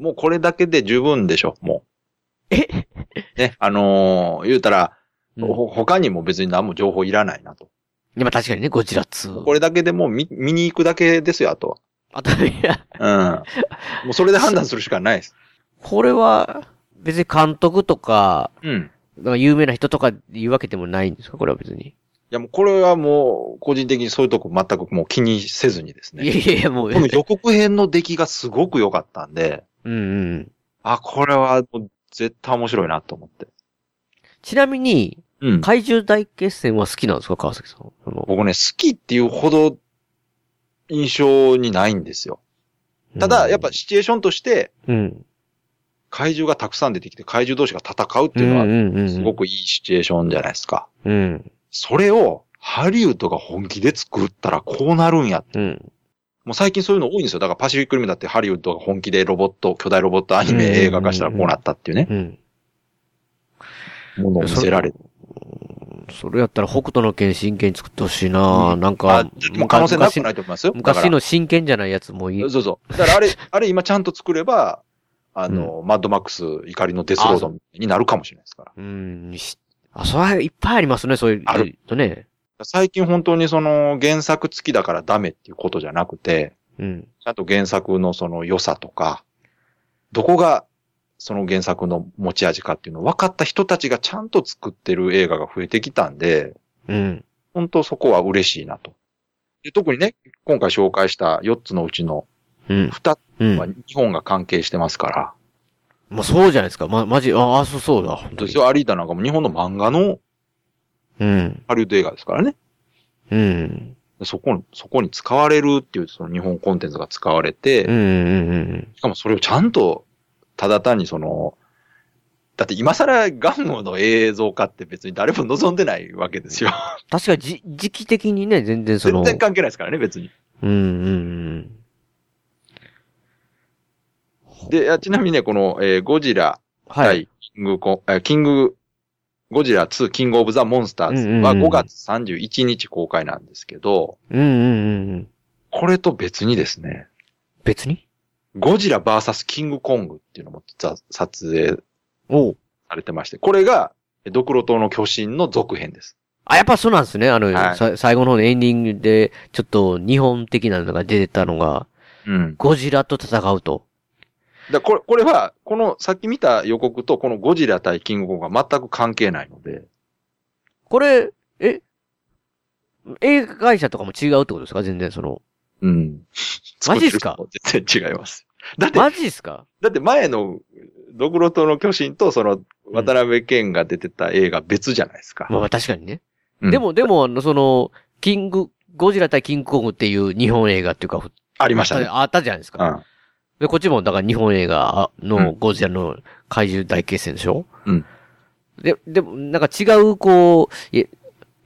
S3: もうこれだけで十分でしょ、も
S2: え
S3: う。ね、あのー言うたら、
S2: うん
S3: ほ他にも別に何も情報いらないなと。
S2: いやまあ確かにね、ゴジラ2。
S3: これだけでもう見見に行くだけですよ、あと
S2: あと、いや、
S3: は。うん。もうそれで判断するしかないです。
S2: これは、別に監督とか、
S3: うん。
S2: なんか有名な人とか言うわけでもないんですかこれは別に。
S3: いやもうこれはもう個人的にそういうとこ全くもう気にせずにです
S2: いや
S3: ね。
S2: いやいや、もう、
S3: この予告編の出来がすごく良かったんで、
S2: うんうん。
S3: あ、これはもう絶対面白いなと思って。
S2: ちなみに、
S3: うん。
S2: 怪獣大決戦は好きなんですか川崎さん。その
S3: 僕ね、好きっていうほど印象にないんですよ。ただ、やっぱ、シチュエーションとして
S2: うん。
S3: 怪獣がたくさん出てきて怪獣同士が戦うっていう
S2: うん
S3: のは
S2: うんうんうん
S3: すご。くいいシチュエーションじゃないですか。
S2: うん。
S3: それをハリウッドが本気で作ったらこうなるんや。
S2: うん。
S3: もう最近そういうの多いんですよ。だからパシフィックリムだってハリウッドが本気でロボット、巨大ロボットアニメ
S2: うん
S3: 映画化したらこうなったっていうね。
S2: うん。
S3: ものを見せられて。
S2: それやったら北斗の剣真剣に作ってほしいな、
S3: うん
S2: なん
S3: あ、
S2: か、
S3: もう可能性なくないと思いますよ。だから
S2: 昔の真剣じゃないやつもいい。
S3: そうそう。だからあれ、あれ今ちゃんと作れば、あの、マッドマックス怒りのデスロードみたいになるかもしれないですから。
S2: うん、しあ、それいっぱいありますね、そういう。
S3: ある
S2: とね。
S3: 最近本当にその原作付きだからダメっていうことじゃなくて、
S2: うん。
S3: ちゃんと原作のその良さとか、どこがその原作の持ち味かっていうのを分かった人たちがちゃんと作ってる映画が増えてきたんで、
S2: うん。
S3: 本当そこは嬉しいなと。で特にね、今回紹介した4つのうちの
S2: うん。
S3: 2
S2: う
S3: つは
S2: ん。
S3: 日本が関係してますから、
S2: まあ、そうじゃないですか。ま、まじ、ああ、そうそうだ、本当
S3: そう
S2: に
S3: です。よアリーダなんかも日本の漫画の
S2: うん。
S3: ハリウッド映画ですからね。
S2: うん。
S3: そこに、そこに使われるっていうその日本コンテンツが使われて、
S2: うん。うん。うん。
S3: しかもそれをちゃんと、ただ単にその、だって今更ガンムの映像化って別に誰も望んでないわけですよ。
S2: 確かにじ、時期的にね、全然その。
S3: 全然関係ないですからね、別に。
S2: うん。うん。
S3: で、あちなみにね、この、えーゴジラ
S2: は
S3: 対
S2: い。
S3: キングコン、えーキング、ゴジラ2キングオブザモンスターズは
S2: うんうんうん
S3: 5月31日公開なんですけど、
S2: うん。うん。うん。
S3: これと別にですね、
S2: 別に
S3: ゴジラ VS キングコングっていうのもざ撮影
S2: おう
S3: されてまして、これが、えドクロ島の巨神の続編です。
S2: あ、やっぱそうなんですね。あの、
S3: はい
S2: さ最後の方のエンディングで、ちょっと日本的なのが出てたのが、
S3: うん。
S2: ゴジラと戦うと。
S3: だからこれ、これは、この、さっき見た予告と、このゴジラ対キングコングが全く関係ないので、
S2: これ、え映画会社とかも違うってことですか全然その。
S3: うん。
S2: マジっすか
S3: 作ってる人は全然違います。だって、
S2: マジっすか
S3: だって前の、ドクロ島の巨神と、その、渡辺謙が出てた映画別じゃないですか。
S2: まあまあ確かにね。
S3: うん
S2: でも、でも、あのその、キング、ゴジラ対キングコングっていう日本映画っていうか、
S3: あ
S2: あ
S3: りましたね。
S2: あったじゃないです
S3: う
S2: か。
S3: ん。
S2: で、こっちも、だから日本映画
S3: う
S2: のゴジラの怪獣大決戦でしょ
S3: うん。
S2: で、でも、なんか違う、こう、え、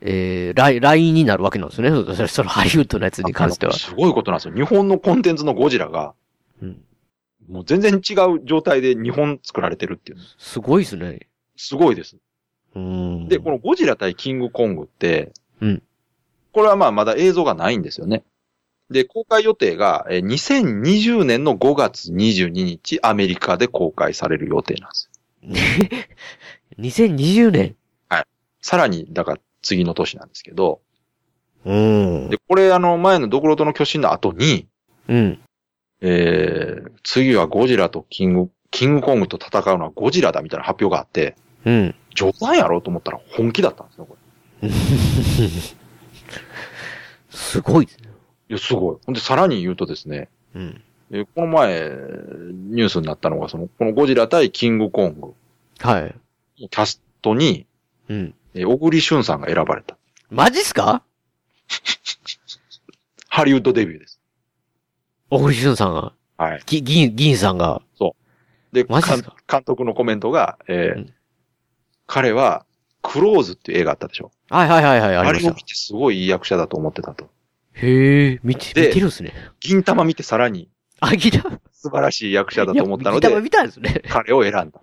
S2: えー、ラインラインになるわけなんですよね。そそそのハリウッドのやつに関しては
S3: あの。すごいことなんですよ。日本のコンテンツのゴジラが、
S2: うん。
S3: もう全然違う状態で日本作られてるっていう。
S2: すごいですね。
S3: すごいです。
S2: うん。
S3: で、このゴジラ対キングコングって、
S2: うん
S3: これはまあまだ映像がないんですよね。で、公開予定が、えー2020年の5月22日、アメリカで公開される予定なんです よ。
S2: 2020年。
S3: さらに、だから次の年なんですけど、
S2: うん。
S3: で、これあの前のドクロとの巨神の後に、
S2: うん。
S3: えー、次はゴジラとキング、キングコングと戦うのはゴジラだみたいな発表があって、
S2: うん。
S3: 冗談やろと思ったら本気だったんですよ、これ。
S2: すごいですね。
S3: いや、すごい。ほんで、さらに言うとですね、
S2: うん。
S3: えーこの前、ニュースになったのが、その、このゴジラ対キングコング、
S2: はい。
S3: キャストに、
S2: うん。
S3: えー小栗旬さんが選ばれた。
S2: マジっすか
S3: ハリウッドデビューです。
S2: 小栗旬さんが。
S3: はい。
S2: ぎ、銀、銀さんが。
S3: で、
S2: マジっすか
S3: 監監督のコメントが、えー
S2: うん
S3: 彼は、クローズっていう映画あったでしょ。
S2: はいはいはいはい、ありま
S3: れを
S2: し
S3: 見
S2: た。
S3: てすごいいい役者だと思ってたと。
S2: へえ、見て、
S3: で
S2: 見てるんすね。
S3: 銀玉見てさらに
S2: あ、ギター。
S3: 素晴らしい役者だと思ったので
S2: いや、見たんですね。
S3: 彼を選んだと。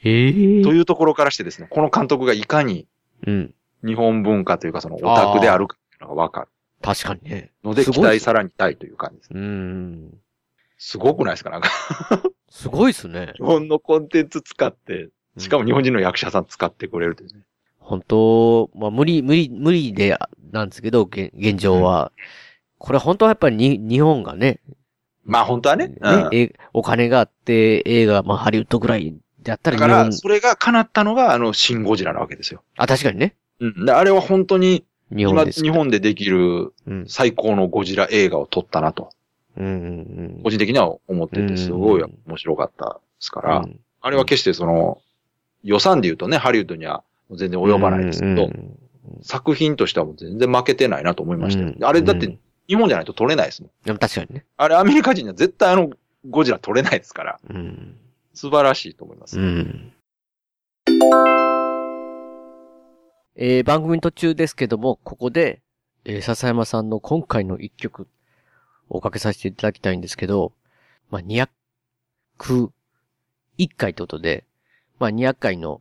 S2: へえ。
S3: というところからしてですね、この監督がいかに
S2: うん。
S3: 日本文化というかそのオタクであるかっていうのがわかる
S2: 確かにね。
S3: ので、
S2: すごい
S3: 期待さらにたいという感じです。
S2: うーん。
S3: すごくないですかなんか、
S2: すごいっすね
S3: 日。本のコンテンツ使って、しかも日
S2: 本。
S3: 本人の役者さん使ってくれるというね。
S2: 本当、まあ無理、無理、無理で、なんですけど、現現状は。これ本当はやっぱりに日本がね、
S3: まあ本当はね。
S2: ね
S3: うん、
S2: えお金があって、映画、まあハリウッドぐらいであったら
S3: だ
S2: 日
S3: から、
S2: 本、
S3: それが叶ったのが、あの、シン・ゴジラなわけですよ。
S2: あ、確かにね。
S3: うん。であれは本当に、
S2: 日
S3: 今、
S2: 本です。
S3: 日本でできる
S2: うん。
S3: 最高のゴジラ映画を撮ったなと、
S2: うんうんうん。
S3: 個人的には思って
S2: うん
S3: て、すごい面白かったですから、
S2: うん
S3: あれは決してその、予算で言うとね、ハリウッドには全然及ばないですけ
S2: う
S3: ど、
S2: んうん
S3: 作品としてはもう全然負けてないなと思いましたよ、
S2: うん
S3: あれだっ
S2: う
S3: て
S2: ん、
S3: 日本じゃないと撮れないですもん。
S2: でも確かにね。
S3: あれ、アメリカ人には絶対あの、ゴジラ撮れないですから、
S2: うん。
S3: 素晴らしいと思います。
S2: うん。えー番組の途中ですけども、ここで、えー笹山さんの今回の一曲、おかけさせていただきたいんですけど、まあ、201回ってことで、まあ、200回の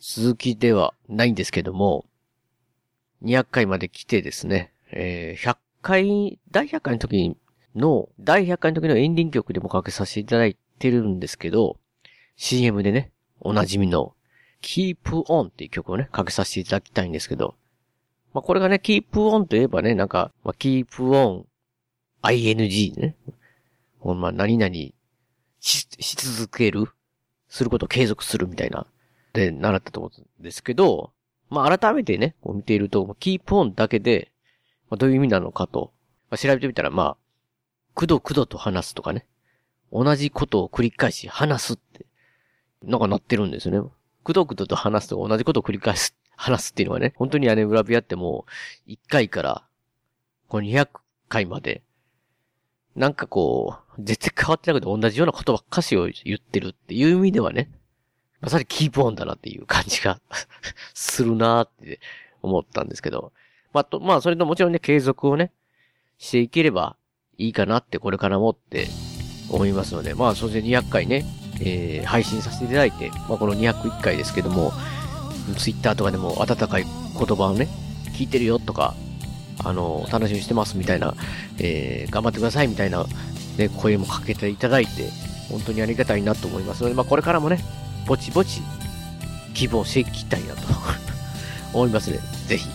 S2: 続きではないんですけども、200回まで来てですね、えー100回、第100回の時の、第100回の時のエンディング曲でもおかけさせていただいてるんですけど、CM でね、おなじみの Keep On っていう曲をね、かけさせていただきたいんですけど、まあこれがね、Keep On といえばね、なんか、まあ、Keep On ING ね。ほんま、何々し、し続けるすることを継続するみたいな、で、習ったと思うんですけど、まあ改めてね、こう見ていると、まあ Keep On だけで、まあどういう意味なのかと、まあ調べてみたら、まあ、くどくどと話すとかね、同じことを繰り返し話すって、なんかなってるんですよね。くどくどと話すとか同じことを繰り返す、 話すっていうのはね、本当にあれ、裏部屋ってもう、1回から、こう200回まで、なんかこう、絶対変わってなくて同じようなことばっかしを言ってるっていう意味ではね、まさにキープオンだなっていう感じが するなーって思ったんですけど、まあ、と、まあ、それともちろんね、継続をね、していければいいかなってこれからもって思いますので、まあ、そして200回ね、えー配信させていただいて、まあ、この201回ですけども、ツイッターとかでも温かい言葉をね、聞いてるよとか、あの、楽しみにしてますみたいな、えー頑張ってくださいみたいな、ね、声もかけていただいて、本当にありがたいなと思いますので、まあ、これからもね、ぼちぼち、希望していきたいなと 思いますね。ぜひ、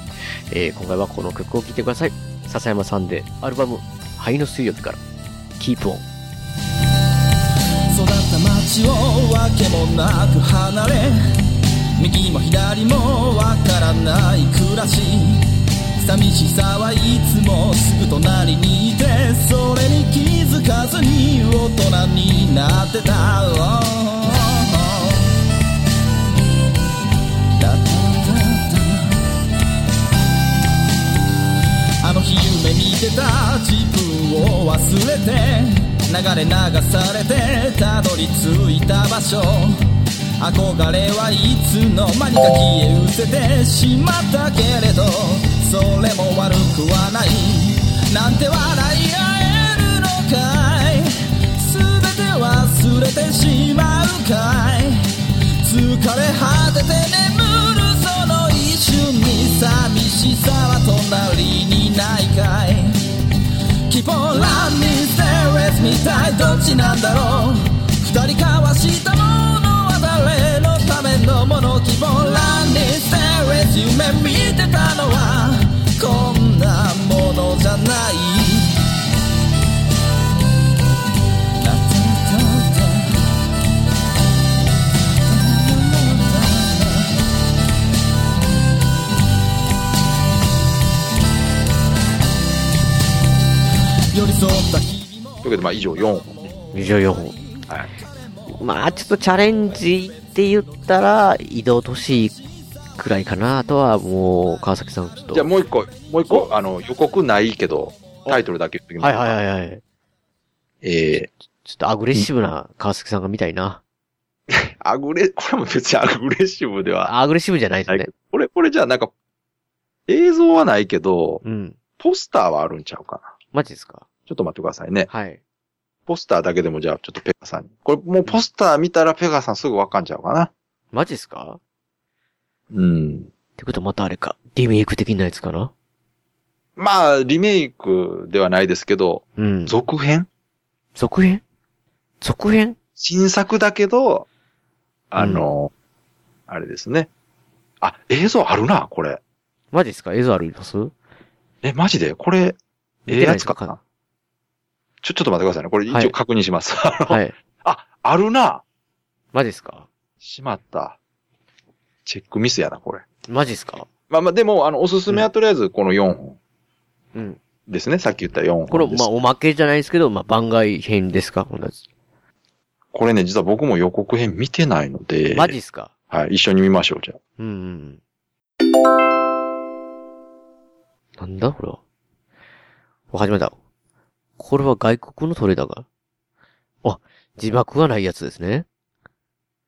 S2: えー今回はこの曲を聴いてください。笹山さんで、アルバム、灰の水曜日から、キープオン。
S1: 「育った街をわけもなく離れ右も左もわからない暮らし寂しさはいつもすぐ隣にいてそれに気づかずに大人になってたタタタタあの日夢見てた自分を忘れて流れ流されてたどり着いた場所憧れはいつの間にか消え失せてしまったけれどそれも悪くはないなんて笑い合えるのかい全て忘れてしまうかい疲れ果てて眠るその一瞬に寂しさは隣にないかい Keep on running stay with me 一体どっちなんだろう二人交わしたものは誰のためのもの Keep on running stay with 夢見てたのはこんなものじゃないラタタタ寄り添った日々も
S3: というわけで、まあ、以上4本。
S2: 以上4本。
S3: はい。
S2: まあ、ちょっとチャレンジって言ったら、移動都市くらいかなとは、もう、川崎さん、ちょっと。
S3: じゃあもう一個、もう一個、あの、予告ないけど、タイトルだけ言ってきます。
S2: はいはいはいはい。
S3: え
S2: ちょっとアグレッシブな川崎さんが見たいな。
S3: ー、アグレ、 これも別にアグレッシブでは、
S2: アグレッシブじゃないですね。
S3: これ、これじゃあなんか、映像はないけど、
S2: うん。
S3: ポスターはあるんちゃうかな。
S2: マジですか
S3: ちょっと待ってくださいね。
S2: はい。
S3: ポスターだけでもじゃあちょっとペガさんに。これもうポスター見たらペガさんすぐわかんちゃうかな。
S2: マジですか
S3: うん。
S2: ってことはまたあれか。リメイク的なやつかな
S3: まあ、リメイクではないですけど、
S2: うん。
S3: 続編
S2: 続編続編
S3: 新作だけど、あの、あれですね。あ、映像あるな、これ。
S2: マジですか映像あります
S3: え、マジでこれ、ええやつかな。ちょ、ちょっと待ってくださいね。これ
S2: は
S3: 一応
S2: い
S3: 確認します。 あの
S2: はい。
S3: あ、あるな。
S2: マジですか
S3: しまった。チェックミスやな、これ。
S2: マジですか
S3: まあまあ、でも、あの、おすすめはとりあえずこの4本
S2: うん。
S3: ですね。さっき言った4本です。
S2: これ、まあ、おまけじゃないですけど、まあ、番外編ですか同じ。
S3: これね、実は僕も予告編見てないので、
S2: マジですか
S3: はい、一緒に見ましょう、じゃあ。
S2: うんうんうん。なんだこれは。わかりました。これは外国のトレーダーがあ、字幕がないやつですね。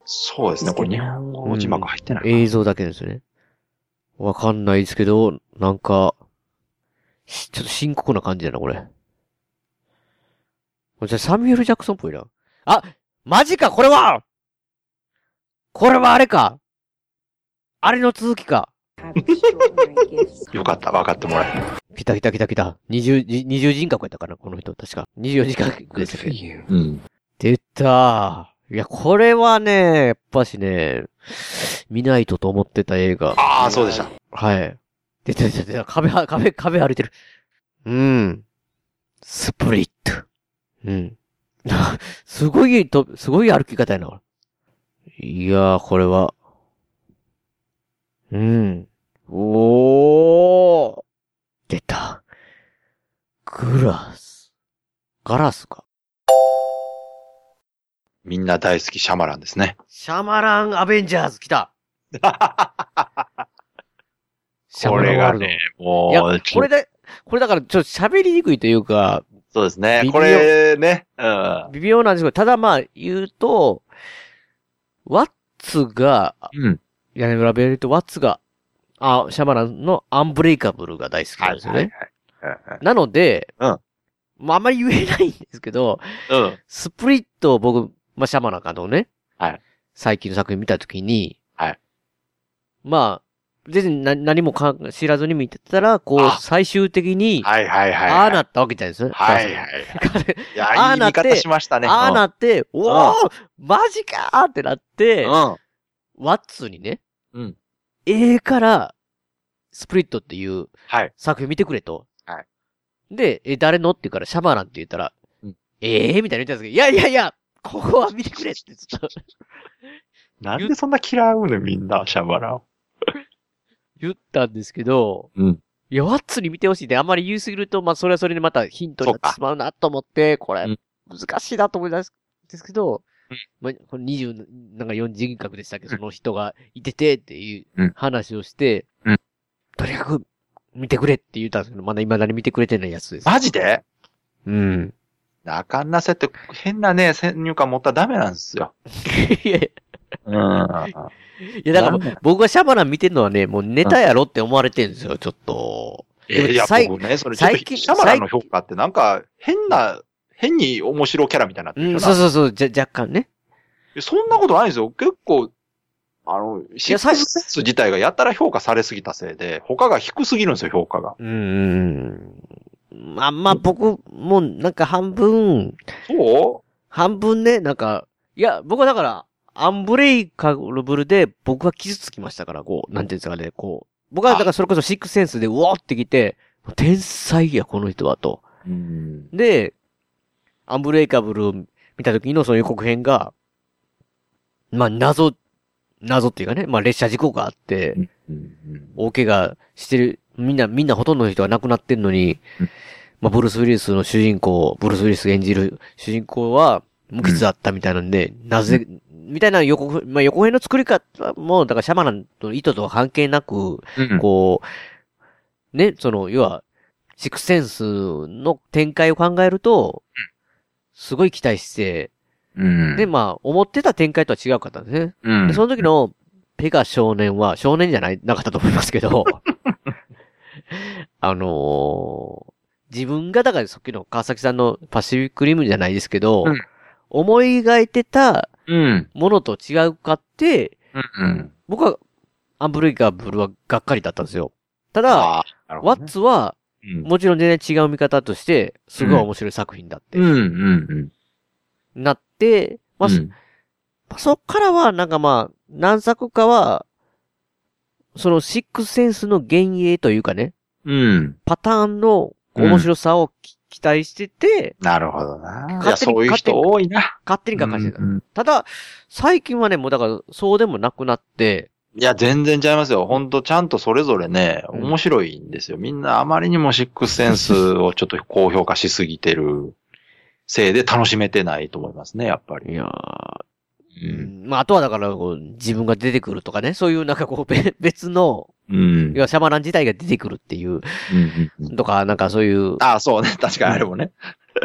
S3: そうですね、これ日本語の字幕入ってないかな、
S2: 映像だけですね。わかんないですけど、なんか、しちょっと深刻な感じだな、これ。これじゃあサミュエル・ジャクソンっぽいな。あマジかこれはこれはあれかあれの続きか
S3: よかった、分かってもらえる。
S2: 来た来た来た来た。二重、二重人格やったかなこの人、確か。二重人格でしたっけ
S3: うん。
S2: 出たいや、これはね、やっぱしね、見ないとと思ってた映画。
S3: ああ、そうでした。
S2: はい。出た出た出た。壁は、壁、壁歩いてる。うん。スプリット。うん。すごいと、すごい歩き方やな。いやー、これは。うん。おー。出た。グラス。ガラスか。
S3: みんな大好きシャマランですね。
S2: シャマランアベンジャーズ来た。シャ
S3: こ
S2: マラ
S3: れ
S2: ンワー
S3: が
S2: ルド。
S3: ね、
S2: い
S3: も
S2: や
S3: う、、
S2: これだ、これだからちょっと喋りにくいというか、
S3: そうですね
S2: 微。妙
S3: これね、うん。
S2: 微妙なんですけど、ただまあ言うと、ワッツが、
S3: うん。
S2: 屋根裏部屋で言うとワッツが、あ、シャマランのアンブレイカブルが大好きなんですよね。
S3: はい
S2: なので、
S3: うん
S2: まああんまり言えないんですけど、
S3: うん。
S2: スプリットを僕、まあ、シャマラン監督ね。
S3: はい。
S2: 最近の作品見たときに。
S3: はい。
S2: まあ、全然な何もか知らずに見てたら、こう
S3: あ、
S2: 最終的に、
S3: はいはいはい。
S2: ああなったわけじゃないですね。
S3: はいはい。 いや、
S2: あ
S3: い
S2: あ
S3: い
S2: なっ
S3: 見
S2: て
S3: 方しましたね。
S2: ああなって、お
S3: あ
S2: おマジかーってなって、
S3: うん。
S2: ワッツにね、
S3: うん。
S2: A から、スプリットっていう
S3: はい。
S2: 作品見てくれと。
S3: は
S2: で、え、誰のって言うから、シャマランって言ったら、
S3: うん
S2: ええー、みたいな言ったんですけど、いやいやいや、ここは見てくれってずっと
S11: なんでそんな嫌うのみんな、シャバラを。
S2: 言ったんですけど、
S3: うん。
S2: いや、ワッツに見てほしいってあんまり言いすぎると、まあ、それはそれでまたヒントになってしまうなと思って、これ
S3: うん、
S2: 難しいなと思いますですけど
S11: うん、
S2: まあ、この20、なんか4次元格でしたっけど、その人がいててっていううん話をして、
S3: うん
S2: とにかく見てくれって言ったんですけど、まだ未だに見てくれてないやつです。
S3: マジで
S2: うん。
S3: あかんなせって、変なね、先入観持ったらダメなんですよ。
S2: いやい
S3: うん。あ
S2: や、だから
S3: なんだ
S2: 僕がシャバラン見てるのはね、もうネタやろって思われてるんですよ、ちょっと。
S3: えーいや、
S2: 最
S3: 僕ね、それちょっと
S2: 最近
S3: シャマラの評価ってなんか、変な、変に面白キャラみたいになって
S2: う
S3: る
S2: ん、
S3: よ
S2: そう
S3: な
S2: そうそう、じゃ、若干ね。
S3: そんなことないですよ。結構、あの、シックスセンス自体がやたら評価されすぎたせいで、他が低すぎるんですよ、評価が。
S2: うーん。まあまあ僕もなんか半分、
S3: そ
S2: 半分ね、なんか、いや、僕はだから、アンブレイカブルで僕は傷つきましたから、こう、なんていうんですかね、こう。僕はだからそれこそシックスセンスでうおーってきて、天才や、この人は、と。
S3: ううん。
S2: で、アンブレイカブルを見た時のその予告編が、まあ謎、謎っていうかね、まあ列車事故があって、
S3: うん
S2: 大怪我してる、みんな、みんなほとんどの人が亡くなってんのに
S3: うん、
S2: まあ、ブルース・ウィリスの主人公、ブルース・ウィリスが演じる主人公は、無傷だったみたいなんで、なぜ、みたいな予告、まあ、予告編の作り方も、だからシャマランとの意図とは関係なく、
S3: うん
S2: こう、ね、その、要は、シックスセンスの展開を考えると、すごい期待して、
S3: うん
S2: で、まあ、思ってた展開とは違うかったんですね。
S3: うん
S2: で、その時のペガ少年は、少年じゃない、なかったと思いますけど、 あのー自分が、だからさっきの川崎さんのパシフィックリムじゃないですけど、
S3: うん
S2: 思い描いてた
S3: うん。
S2: ものと違うかって、
S3: うん。
S2: 僕は、アンブレイカブルはがっかりだったんですよ。ただ、
S3: ああ、なるほ
S2: ワ
S3: ど
S2: ッ
S3: ね。
S2: ツは、
S3: うん
S2: もちろん全然違う見方として、すごい面白い作品だって、
S3: うん、うん、うん。
S2: なって、まあ、
S3: うん
S2: まあそっからは、なんかまあ、何作かは、そのシックスセンスの幻影というかね、
S3: うん。
S2: パターンの面白さをき、期待してて、
S3: なるほどな。いや、
S2: 勝手に
S3: そういう人多いな。
S2: 勝手に書かしてた。
S3: うんうん
S2: ただ、最近はね、もうだから、そうでもなくなって、
S3: いや、全然ちゃいますよ。ほんと、ちゃんとそれぞれね、
S2: うん
S3: 面白いんですよ。みんなあまりにもシックスセンスをちょっと高評価しすぎてるせいで楽しめてないと思いますね、やっぱり。
S2: いや
S3: う。
S2: ー、うんんまあ、あとはだからこう、自分が出てくるとかね、そういうなんかこう、 べ別の、
S3: うん
S2: い。や、シャマラン自体が出てくるっていう、
S3: うんうんうん
S2: とか、なんかそういう、
S3: ああ、そうね。 確かにあれもね。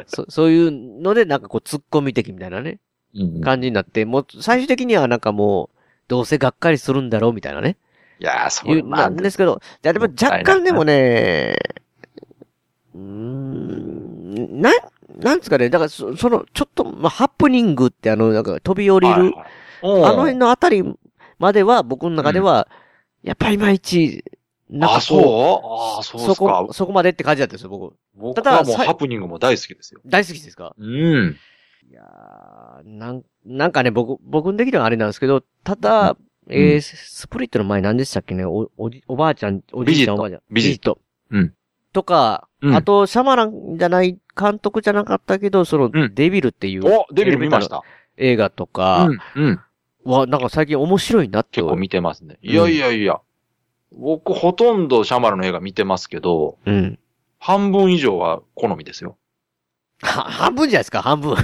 S2: そそういうので、なんかこう、突っ込み的みたいなね。
S3: うんうん
S2: 感じになって、もう最終的にはなんかもう、どうせがっかりするんだろうみたいなね。
S3: いやー、そ
S2: いうう、なんですけど、でも
S3: もったいな
S2: 若
S3: い
S2: 干でもね、うーん、なん、なんですかね、だからそその、ちょっと、まあ、ハプニングってあの、なんか飛び降りる、
S3: はいはいうん
S2: あの辺のあたりまでは僕の中では、やっぱりいまいち、なんか
S3: あ、
S2: こ
S3: そうああ、そう
S2: そ
S3: ですか
S2: こ、。そこまでって感じだったんですよ、僕。
S3: 僕
S2: ただ
S3: はもう
S2: さい
S3: ハプニングも大好きですよ。
S2: 大好きですか
S3: うん。
S2: いやーなん、なんかね、僕、僕の的にはあれなんですけど、ただ、えー、スプリットの前何でしたっけねお、おじ、おばあちゃん、おじいちゃん、お
S3: ビジット
S2: ばあちゃん。
S3: ビジッ
S2: ト。
S3: うん
S2: とか、
S3: うん
S2: あと、シャマランじゃない、監督じゃなかったけど、その
S3: う、ん
S2: デビルっていう
S3: お、デビル見ました。
S2: 映画とか、
S3: うん。うん。
S2: は、なんか最近面白いなって
S3: 結
S2: 思
S3: 構
S2: う。
S3: 見てますね。いやいやいや。僕、ほとんどシャマラの映画見てますけど、
S2: うん。
S3: 半分以上は好みですよ。
S2: は半分じゃないですか、半分。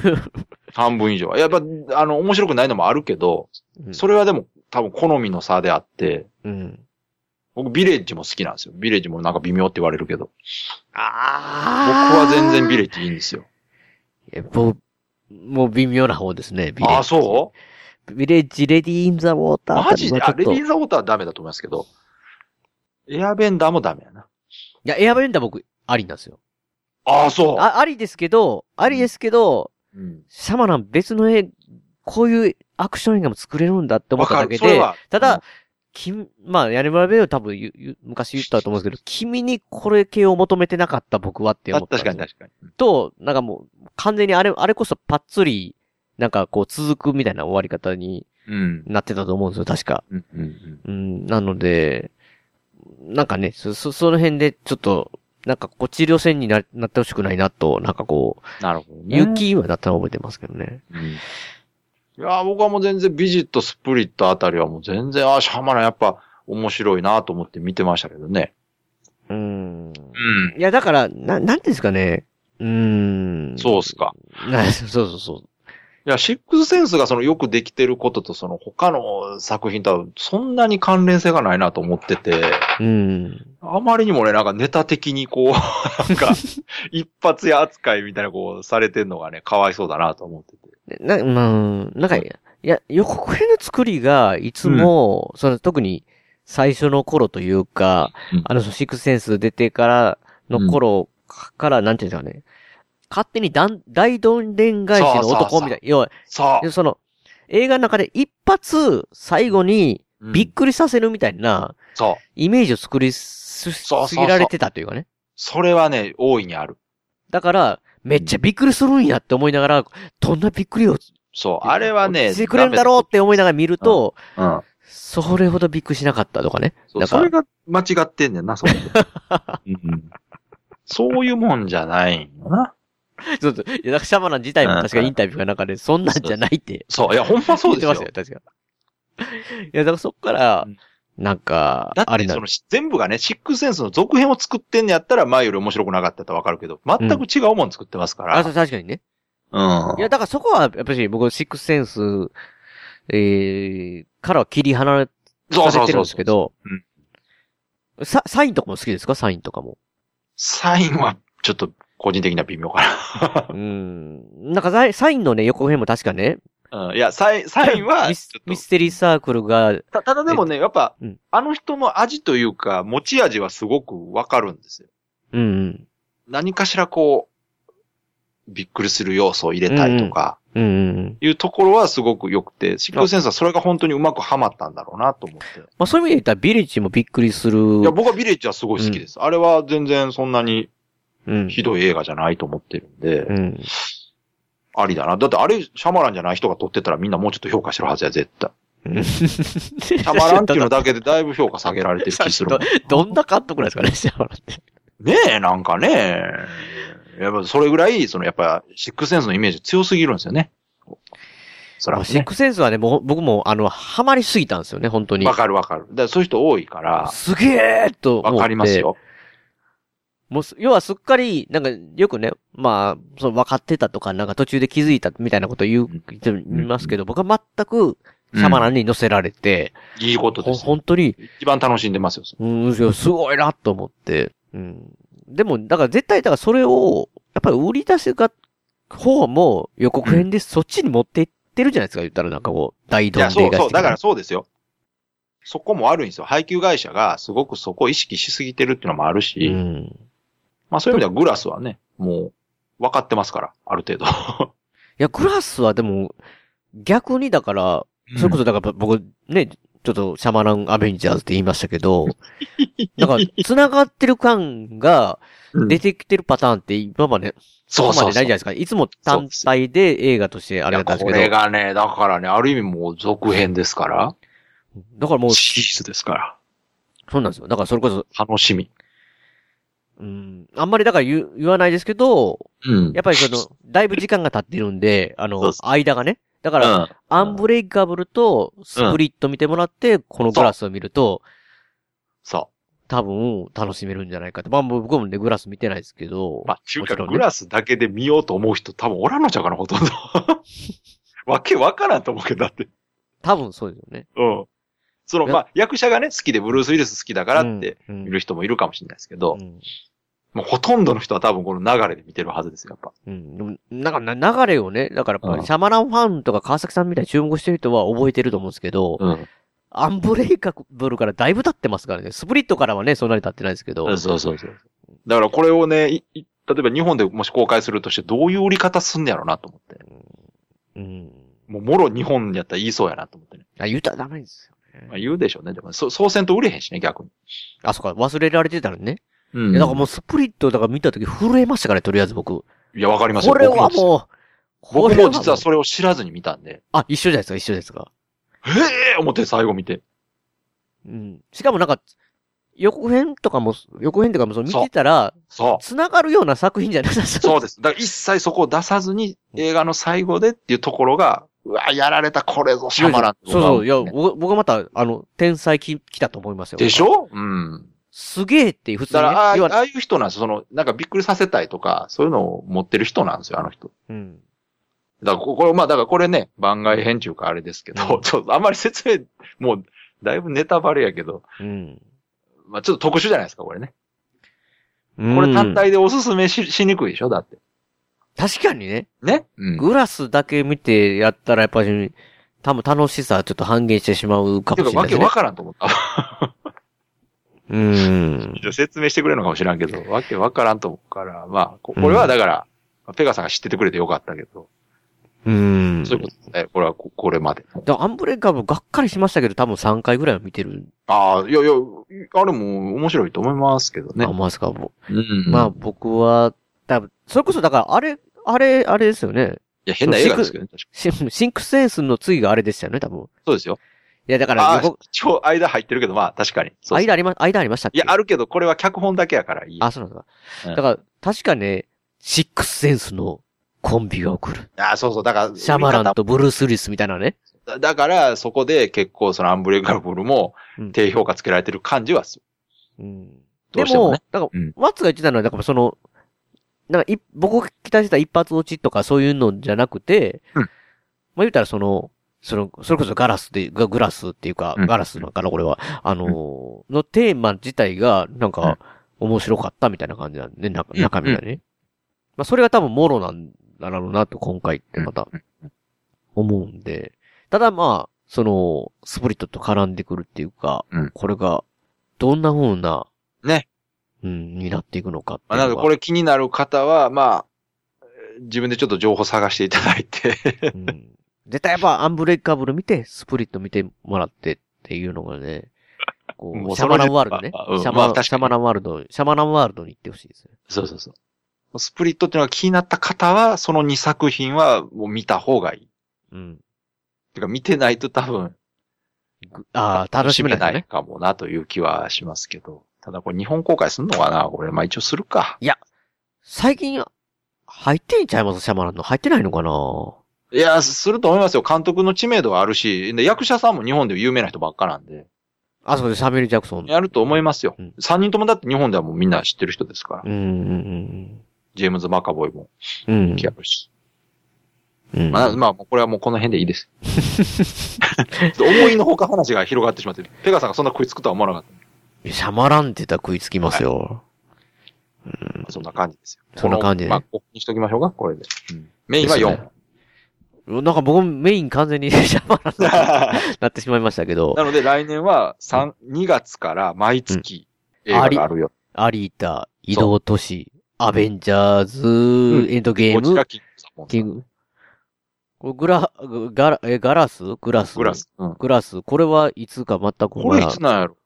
S3: 半分以上は。やっぱ、あの、面白くないのもあるけど、
S2: うん
S3: それはでも多分好みの差であって、
S2: うん。
S3: 僕、ビレッジも好きなんですよ。ビレッジもなんか微妙って言われるけど。僕
S2: あ
S3: は全然ビレッジいいんですよ。
S2: レ僕、もう微妙な方ですね、ビレッジ。
S3: ああ、そう
S2: うビレッジ、レディー・イン・ザ・ウォーターあた
S3: マ
S2: り
S3: ジ
S2: は
S3: で
S2: ちょ
S3: あ
S2: っと。
S3: レディー・ザ・ウォーターはダメだと思いますけど、エアベンダーもダメやな。
S2: いや、エアベンダー僕、ありなんですよ。
S3: ああ、そう。
S2: あ、ありですけど、ありですけど、
S3: うん
S2: シャマラン別の絵、こういうアクション映画も作れるんだって思
S3: わ
S2: った
S3: か
S2: だ
S3: る。
S2: け
S3: それ
S2: で、
S3: は。
S2: た
S3: うん
S2: だ、、君、まあ、屋根裏部屋は多分言う言う昔言ったと思うんですけど、君にこれ系を求めてなかった僕はって思
S3: あ
S2: ったん
S3: 確
S2: です
S3: か
S2: よ。
S3: に確かに。
S2: と、なんかもう、完全にあれ、あれこそパッツリ、なんかこう続くみたいな終わり方に
S3: うん。
S2: なってたと思うんですよ、確か。
S3: うんうんうん
S2: うん、なので、なんかね、そ、そ、その辺でちょっと、なんかこっち路線にななってほしくないなと、なんかこう、
S3: なるほどね
S2: 雪はなったの覚えてますけどね。
S3: いやー、僕はもう全然ビジット、スプリットあたりはもう全然、あー、シャーマランやっぱ面白いなと思って見てましたけどね。
S2: うーん。いや、だから、な、なんていうんですかね。うーん。
S3: そうっすか。
S2: な そうそうそう。
S3: いや、シックスセンスがそのよくできてることとその他の作品とはそんなに関連性がないなと思ってて、
S2: うん。
S3: あまりにもね、なんかネタ的にこう、 なんか、一発や扱いみたいなこう、されてんのがね、かわいそうだなと思ってて。
S2: な、まあ、なんか、いや、予告編の作りが、いつも、その、特に、最初の頃というか、あの、シックスセンス出てからの頃から、なんていうんですかね、勝手にだん大どんでん返しの男みたいな、要は、
S3: そ
S2: の、映画の中で一発、最後に、びっくりさせるみたいな、
S3: そう。
S2: イメージを作りす、
S3: そうそう
S2: すぎられてたというかね。
S3: それはね、大いにある。
S2: だから、めっちゃびっくりするんやって思いながら、どんなびっくりを
S3: そう、あれはね、
S2: してくれるんだろうって思いながら見ると、
S3: ダメだうん。
S2: それほどびっくりしなかったとかね。
S3: そうそれが間違ってんねんな、そこ うんそういうもんじゃないんだな。
S2: そうそう。いや、だからシャマラン自体も確かインタビューが中で、そんなんじゃないって。
S3: そう、いや、ほんまそうですよ。
S2: 言ってましたよ、確か。いや、だからそっから、なんか、
S3: だっ
S2: あれ
S3: て
S2: な
S3: そ
S2: の
S3: の全部がね、シックスセンスの続編を作ってんのやったら前より面白くなかったとわかるけど、全く違うもん作ってますから。
S2: あ、そう確かにね。
S3: うん
S2: いや、だからそこは、やっぱり僕、シックスセンス、えー、からは切り離れ、
S3: そうそうそう
S2: されてるんですけど
S3: うそう、
S2: ササインとかも好きですかサインとかも。
S3: サインはちょっと個人的には微妙か
S2: うん。なんかサイサインのね、横編も確かね、
S3: な。うん、いや、サイン、サインは
S2: ミ、スミステリーサークルが、
S3: たただでもね、やっぱ、
S2: うん
S3: あの人の味というか、持ち味はすごくわかるんですよ。
S2: うんうん。
S3: 何かしらこう、びっくりする要素を入れたいとか、
S2: うんうん。
S3: いうところはすごく良くて、シックスセンスはそれが本当にうまくハマったんだろうなと思って。
S2: まあそういう意味で言ったら、ビリッジもびっくりする。
S3: いや、僕はビレッジはすごい好きです。あれは全然そんなに
S2: うん。
S3: ひどい映画じゃないと思ってるんで、
S2: うん。
S3: ありだな。だってあれ、シャマランじゃない人が撮ってたらみんなもうちょっと評価してるはずや、絶 対。
S2: シ
S3: シャマランっていうのだけでだいぶ評価下げられてる気するもん。
S2: どんな監督なんですかね、 シャマランって。
S3: ねえ、なんかねえ。やっぱそれぐらい、そのやっぱ、シックスセンスのイメージ強すぎるんですよね。そら、
S2: まあシッ
S3: ね。
S2: クスセンスはね、もう僕も、あの、ハマりすぎたんですよね、本当に。
S3: わかるわかる。だからそういう人多いから、
S2: すげえと思って。
S3: わかりますよ。
S2: もうす、要はすっかり、なんか、よくね、まあ、その分かってたとか、なんか途中で気づいたみたいなこと言う、言ってますけど、僕は全く、シャマランに乗せられて、
S3: いいことで
S2: ほ
S3: す。
S2: 本当に、
S3: 一番楽しんでますよ。
S2: うん、いやすごいなと思って。うん。でも、だから絶対、だからそれを、やっぱり売り出しが、方も予告編でそっちに持っていってるじゃないですか、言ったらなんかこう、大
S3: い
S2: ど
S3: や、
S2: んで
S3: そ
S2: 映
S3: う
S2: 画
S3: そう。だから
S2: し
S3: そうですよ。そこもあるんですよ。配給会社がすごくそこを意識しすぎてるっていうのもあるし、
S2: てるうん。
S3: まあそういう意味ではグラスはね、もう分かってますから、ある程度。
S2: いや、グラスはでも、逆にだから、それこそだから僕、ね、ちょっとシャマランアベンジャーズって言いましたけ ど、なんか、繋がってる感が出てきてるパターンって今まで、
S3: そうそうそう
S2: ここまでないじゃないですか。いつも単体で映画としてあれだったんです
S3: こ
S2: けど。
S3: れがね、だからね、ある意味もう続編ですから、
S2: だからもう、
S3: シリーズですから、
S2: そうなんですよ。だからそれこそ、
S3: 楽しみ。
S2: うん、あんまりだから言う言わないですけど、
S3: うん。
S2: やっぱりその、だいぶ時間が経ってるんで、あ
S3: そう
S2: の
S3: そ、
S2: 間がね。だか
S3: う
S2: ら、
S3: ん。
S2: アンブレイカブルとスプリット見てもらって、このグラスを見ると、
S3: そ
S2: 多分、楽しめるんじゃないかって。まあ、僕もね、グラス見てないですけど。
S3: う。まあ、中
S2: も
S3: 華
S2: ちろん
S3: グ
S2: ね
S3: ラスだけで見ようと思う人多分おらんのちゃうかな、ほとん ど。わけわからんと思うけど、だって。
S2: 多分そうですよね。
S3: うん。その、まあ、役者がね、好きで、ブルース・ウィルス好きだからって、
S2: うん
S3: 見る人もいるかもしれないですけど、
S2: うん
S3: もうほとんどの人は多分この流れで見てるはずですよ、やっぱ。
S2: うん。でも、なんかな、流れをね、だからやっぱ
S3: うん
S2: り、シャマランファンとか川崎さんみたいに注目してる人は覚えてると思うんですけど、
S3: うん。
S2: アンブレイカブルからだいぶ経ってますからね。スプリットからはね、そんなに経ってないですけど。
S3: そうそうそう。だからこれをね、いい例えば日本でもし公開するとしてどういう売り方すんねやろうなと思って。
S2: うん。
S3: もうもろ日本やったら言いそうやなと思ってね。
S2: あ、言うたらダメですよ。
S3: まあ、言うでしょうね。でも、そそうせんと売れへんしね、逆に。
S2: あ、そっか、忘れられてたのね。
S3: う
S2: いやだからも
S3: う
S2: うスプリット、だから見たとき震えましたからね、とりあえず僕。
S3: いや、わかりますよ。
S2: これは
S3: 僕も
S2: もう、こ
S3: 僕
S2: れ
S3: も実
S2: も
S3: は
S2: う
S3: それを知らずに見たんで、
S2: あ、一緒じゃないですか、一緒じゃないですか。
S3: ええ思って最後見て。
S2: うん。しかもなんか、予告編とかも、予告編とかもその見てたら、
S3: そう。
S2: 繋がるような作品じゃなさそう。
S3: そうです。だから一切そこを出さずに、映画の最後でっていうところが、うわ、やられた、これぞ、シャマランって
S2: そうそう。いや、
S3: ね
S2: 僕僕はまた、あの、天才き来たと思いますよ。
S3: でしょうん。
S2: すげえっていう、普通
S3: だ
S2: に
S3: か
S2: ね、
S3: ら、ああ
S2: 言わ
S3: ああいう人なんですよ。その、なんかびっくりさせたいとか、そういうのを持ってる人なんですよ、あの人。
S2: うん。
S3: だから、ここれ、まあ、だからこれね、番外編中かあれですけど、ちょっとあんまり説明、もう、だいぶネタバレやけど、
S2: うん。
S3: まあ、ちょっと特殊じゃないですか、これね。
S2: こ
S3: これ単体でおすすめししにくいでしょだって。
S2: 確かにね。
S3: ね、
S2: グラスだけ見てやったら、やっぱり、多分楽しさはちょっと半減してしまうか
S3: て
S2: も
S3: か、
S2: しれな
S3: わ
S2: い、
S3: け
S2: ね。
S3: わからんと思った。
S2: うん。
S3: じゃあ説明してくれるのかもしれんけど、わけわからんと思うから、まあ、ここれはだから、ペガさんが知っててくれてよかったけど、
S2: うん。
S3: そういうことですね。これはこ、これまで。
S2: でアンブレイカブルがっかりしましたけど、多分3回ぐらいは見てる。
S3: ああ、いやいや、あれも面白いと思いますけどね
S2: あ、。まさかも。
S3: うん
S2: まあ
S3: い
S2: 僕は、多分それこそだから、あれ、あれ、あれですよね。
S3: や、変な映画ですけどね、確か
S2: シンシンクセンスの次があれでしたよね、多分。
S3: に。そうですよ。
S2: いや、だから
S3: あ
S2: 予告、
S3: 一応間入ってるけど、まあ、確かに。そうそう
S2: 間ありま、間ありましたっ
S3: い
S2: け
S3: や、あるけど、これは脚本だけやからいい。
S2: あ、そうなんだ。
S3: うん
S2: だから、確かね、シックスセンスのコンビが送る。
S3: あそうそう、だから、
S2: シャマランとブルース・リスみたいなね。
S3: だだから、そこで結構そのアンブレイカブルも
S2: うん
S3: 低評価つけられてる感じはする。
S2: うん
S3: ど
S2: で
S3: うしても
S2: も
S3: ね、
S2: なんか
S3: うん、
S2: ワッツが言ってたのは、だからその、なんかい、僕が期待してた一発落ちとかそういうのじゃなくて、
S3: うん
S2: まあ言うたらその、その、それこそガラスで、がグラスっていうか、
S3: うん
S2: ガラスなのかな、これは。あのーのテーマ自体が、なんか、面白かったみたいな感じなんで、ね、中
S3: うん
S2: 中身がね。まあそれが多分モロなんだろうなと、今回ってまた、思うんで。ただまあ、その、スプリットと絡んでくるっていうか、
S3: うん
S2: これが、どんな風な、
S3: ね。
S2: うん、になっていくのかって
S3: ま
S2: い
S3: あ、
S2: う
S3: な
S2: の
S3: の
S2: が
S3: で、これ気になる方は、まあ、えー自分でちょっと情報探していただいて。
S2: うん絶対やっぱアンブレイカブル見て、スプリット見てもらってっていうのがね、こ
S3: も
S2: う、
S3: う
S2: シャマランワールドね。
S3: その時点で
S2: シャマ
S3: まあうんまあ確かに
S2: シャマランワールド、シャマランワールドに行ってほしいですね。
S3: そうそうそう。スプリットっていうのが気になった方は、その2作品はもう見た方がいい。
S2: うん。
S3: てか見てないと多分、
S2: ああ、楽しみ
S3: め
S2: だ
S3: な
S2: ね
S3: い。かもなという気はしますけど。ただこれ日本公開すんのかなこれ、まあ一応するか。
S2: 最近、入ってんちゃいますシャマランの。入ってないのかない
S3: や、すると思いますよ。監督の知名度はあるし、で役者さんも日本で有名な人ばっかなんで。
S2: あ、そうです。サミュエル・ジャクソン。
S3: やると思いますよ
S2: うん。
S3: 三、人ともだって日本ではもうみんな知ってる人ですから。
S2: うん、うん、
S3: ジェームズ・マカボイも
S2: うん。うん
S3: 人気あるし。
S2: うん。
S3: まあ、まあ、これはもうこの辺でい いです。思いのほか話が広がってしまって、ペガさんがそんな食いつくとは思わなかっ
S2: シャマランって言ったら食いつきますよ。
S3: た。そんな感じですよ。
S2: そんな感じで
S3: このまあ、ここにしときましょうか、これで。メインは
S2: です
S3: 4。
S2: ねなんか僕メイン完全に シャマランになってしまいましたけど
S3: な、ので来年は3、2月から毎月映画があるよ。
S2: アリータ、移動都市、アベンジャーズ、エンドゲー
S3: ゴジ
S2: ム
S3: ラ、キングサモン
S2: キング。これグラ、ガラ、え、ガラスグラス
S3: グラ。ス。うん。
S2: グラス。これはいつか全く
S3: これい
S2: ね
S3: つなんやろ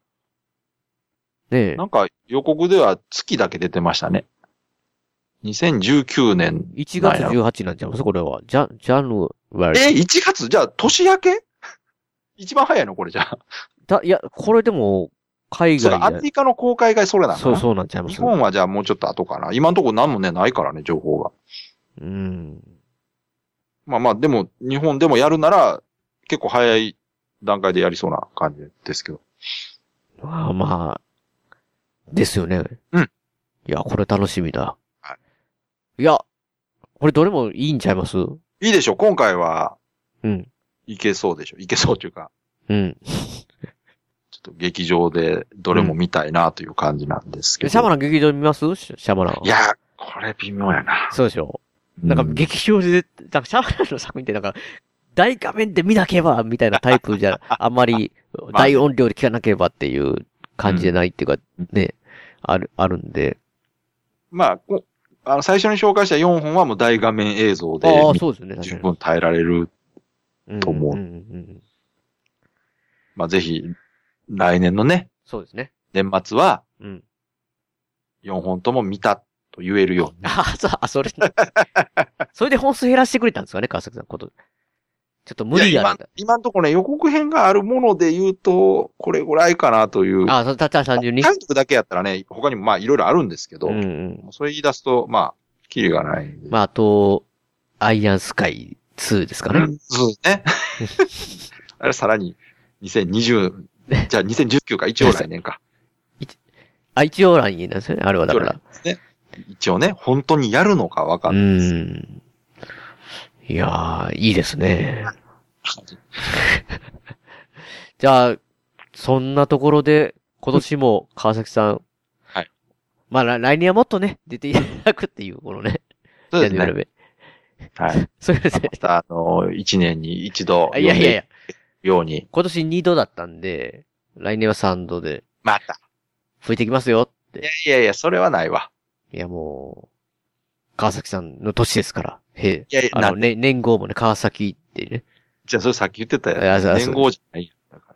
S2: え
S3: なんか予告では月だけ出てましたね。2019年
S2: 1月18なんちゃいますこれは。じゃ、ジャンルは、
S3: え、1月じゃあ年明け一番早いのこれじゃあ。
S2: だいや、これでも、海
S3: そう
S2: 外
S3: か、アメリカの公開がそれなのか
S2: そう
S3: な
S2: そうなんちゃいま
S3: 日
S2: す
S3: 本はじゃあもうちょっと後かな。今のところ何もね、ないからね、情報が。
S2: うん。
S3: まあまあ、でも、日本でもやるなら、結構早い段階でやりそうな感じですけど。
S2: まあまあ、ですよね。
S3: うん。
S2: いや、これ楽しみだ。。
S3: はい
S2: いや、これどれもいいんちゃいますう
S3: いいでしょ今回は、
S2: ん。
S3: いけそうでしょいけそうというか、
S2: うん。
S3: ちょっと劇場でどれも見たいなという感じなんですけ
S2: シ
S3: ど。
S2: ャマラン劇場見ますシャシャマラン。
S3: い、や、これ微妙やな。
S2: そうでしょなんか
S3: う
S2: 劇場で、なんかシャマランの作品ってなんか、大画面で見なければみたいなタイプ じゃ、あんまり
S3: あ
S2: 大音量で聞かなければっていう感じじゃないっていうか、ね、ある、あるんで。
S3: まあ、こあの、最初に紹介した4本はもう大画面映像で、
S2: ああ、そうですよね、
S3: 十
S2: 確か
S3: 分耐えられる。
S2: に。
S3: と思うん
S2: んん
S3: まあ、ぜひ、来年のね、
S2: そうですね。
S3: 年末は、
S2: うん。
S3: 4本とも見たと言えるように。
S2: あ、そう、あ、それ、それで本数減らしてくれたんですかね、川崎さん、こと。ちょっと無理や
S3: いや
S2: った。
S3: 今のところね、予告編があるもので言うと、これぐらいかなという。
S2: あ、そのタッチャー32。
S3: タイトルだけやったらね、他にもまあいろいろあるんですけど、
S2: うんうん。
S3: それ言い出すと、まあ、キリがないんで。
S2: まあ、あと、アイアンスカイ2ですかね。
S3: そうです ね。あれさらに、2020、じゃあ2019か、一応来年か。
S2: あ、一応ラインなんですよね。あれはだから。
S3: 一応ね、本当にやるのかわか
S2: うん
S3: ない。
S2: ん。いやー、いいですね。じゃあ、そんなところで、今年も川崎さん。
S3: はい。
S2: まあ、ら来年はもっとね、出ていただくっていう、このね。
S3: そうです
S2: やる
S3: ね。
S2: べ。
S3: はい。
S2: そうですね
S3: ま。た、あの、一年に一度、
S2: あいやいやいや、
S3: ように、
S2: 今年2度だったんで、来年は3度で、
S3: また。
S2: 吹いてきますよっ
S3: いや
S2: て。
S3: いやいや、それはないわ。
S2: いや、もう、川崎さんの年ですから。へ
S3: いやいや、
S2: あ
S3: な
S2: の、ね、年号もね、川崎ってね。
S3: じゃあ、それさっき言ってた
S2: いやそうそ
S3: やつ。
S2: う
S3: 年号じゃないやんだか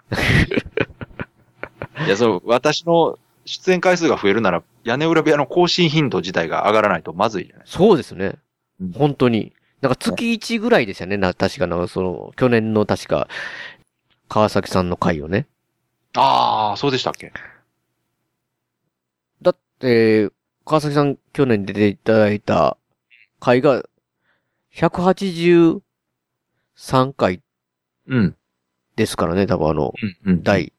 S3: ら。いや、そう、私の出演回数が増えるなら、屋根裏部屋の更新頻度自体が上がらないとまずいじゃない
S2: そうですね
S3: うん。
S2: 本当に。なんか月1ぐらいでしたね。な、確かな、その、去年の確か、川崎さんの回をね。
S3: ああ、そうでしたっけ
S2: だって、川崎さん去年出ていただいた回が、183回
S3: うん。
S2: ですからね、多分あの、
S3: うん、うん。
S2: 第。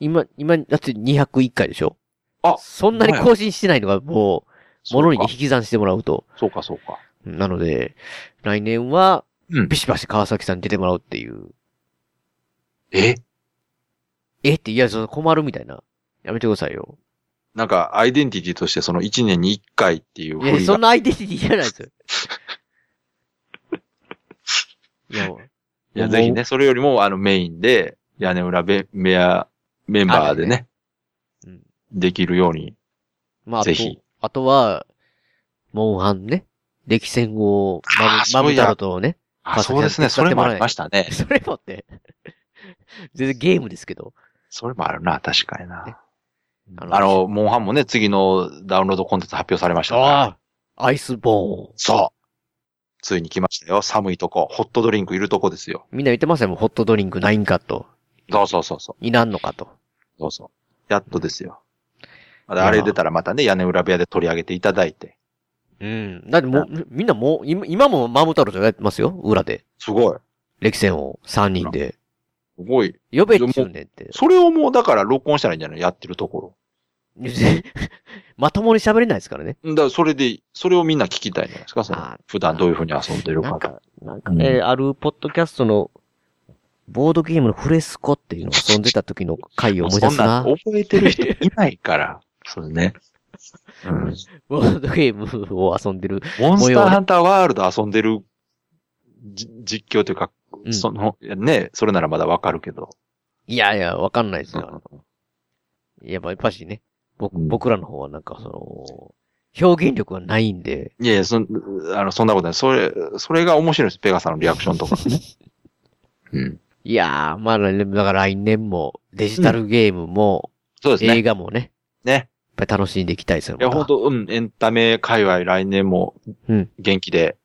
S2: 今、今、だって201回でしょ
S3: あ
S2: そんなに更新してないのが、もう、ものにね
S3: そうか
S2: 引き算してもらうと。
S3: そうか、そうか。
S2: なので、来年は、
S3: うん
S2: ビ。シバシ川崎さんに出てもらうっていう。
S3: え
S2: えって、いや、その困るみたいな。やめてくださいよ。
S3: なんか、アイデンティティとしてその1年に1回っていう
S2: い
S3: 振
S2: や、
S3: り
S2: そ
S3: が
S2: ん。なアイデンティティじゃない ですよ。いや、
S3: いや、ぜひね、それよりも、あの、メインで、屋根裏部屋、メンバーでね
S2: そうですね、
S3: できるように。
S2: まあ、あと
S3: ぜひ、
S2: あとは、モンハンね。歴戦後、
S3: あー
S2: マ
S3: そ
S2: ブ、マ
S3: う
S2: ブ
S3: いや
S2: タロとね。
S3: あ、そうですね。
S2: 使
S3: そ
S2: って
S3: れ
S2: も
S3: も
S2: ら
S3: あ
S2: え
S3: りましたね。
S2: それもって、全然ゲームですけど。
S3: それもあるな、確かに
S2: ね
S3: な。
S2: あ
S3: あ
S2: の
S3: の、モンハンもね、次のダウンロードコンテンツ発表されましたから。
S2: ああアイスボーン。
S3: そう。ついに来ましたよ。寒いとこ。ホットドリンクいるとこですよ。
S2: みんな言ってますよ、もうホットドリンクないんかと。
S3: そうそうそうそう。
S2: いらんのかと。
S3: そうそう。やっとですよ。まだあれ出たらまたね、屋根裏部屋で取り上げていただいて。
S2: うん。だってもう、みんなもう、今今もマブタロとやってますよ、裏で。
S3: すごい。
S2: 歴戦を3人で。
S3: すごい。
S2: 呼べっちゅうねんって。
S3: それをもう、だから録音したらいいんじゃないやってるとこ
S2: まともに喋れないですからね。
S3: ろ。んだからそれで、それをみんな聞きたいんじゃないですかそ
S2: あ
S3: の普段どういうふうに遊んでる
S2: なん
S3: か。
S2: か、なんかね、あるポッドキャストの、ボードゲームのフレスコっていうのを遊んでた時の回を思い出
S3: そん
S2: す
S3: な
S2: な。
S3: 覚えてる人いないから。 そうね。うん
S2: ボードゲームを遊んでる。
S3: モンス
S2: 模
S3: タ
S2: 様
S3: ー
S2: ね
S3: ハンターワールド遊んでるじ実況というか、
S2: うん
S3: その、ね、それならまだわかるけど。
S2: いやいや、わかんないですよ。いや、まあやっぱしね、僕、
S3: うん
S2: 僕らの方はなんかその、表現力がないんで、
S3: いやいや、そん、あの、そんなことない。それ、それが面白いです。ペガさんのリアクションとか ね。うん。
S2: いやー、まあ、だから来年もデジタルゲームも、
S3: そうです
S2: 映
S3: ね。
S2: 画もね、
S3: ね。
S2: やっぱり楽しんでいきたいですよ。
S3: いや、
S2: また
S3: 本当うん、エンタメ界隈来年も
S2: うん、
S3: 元気で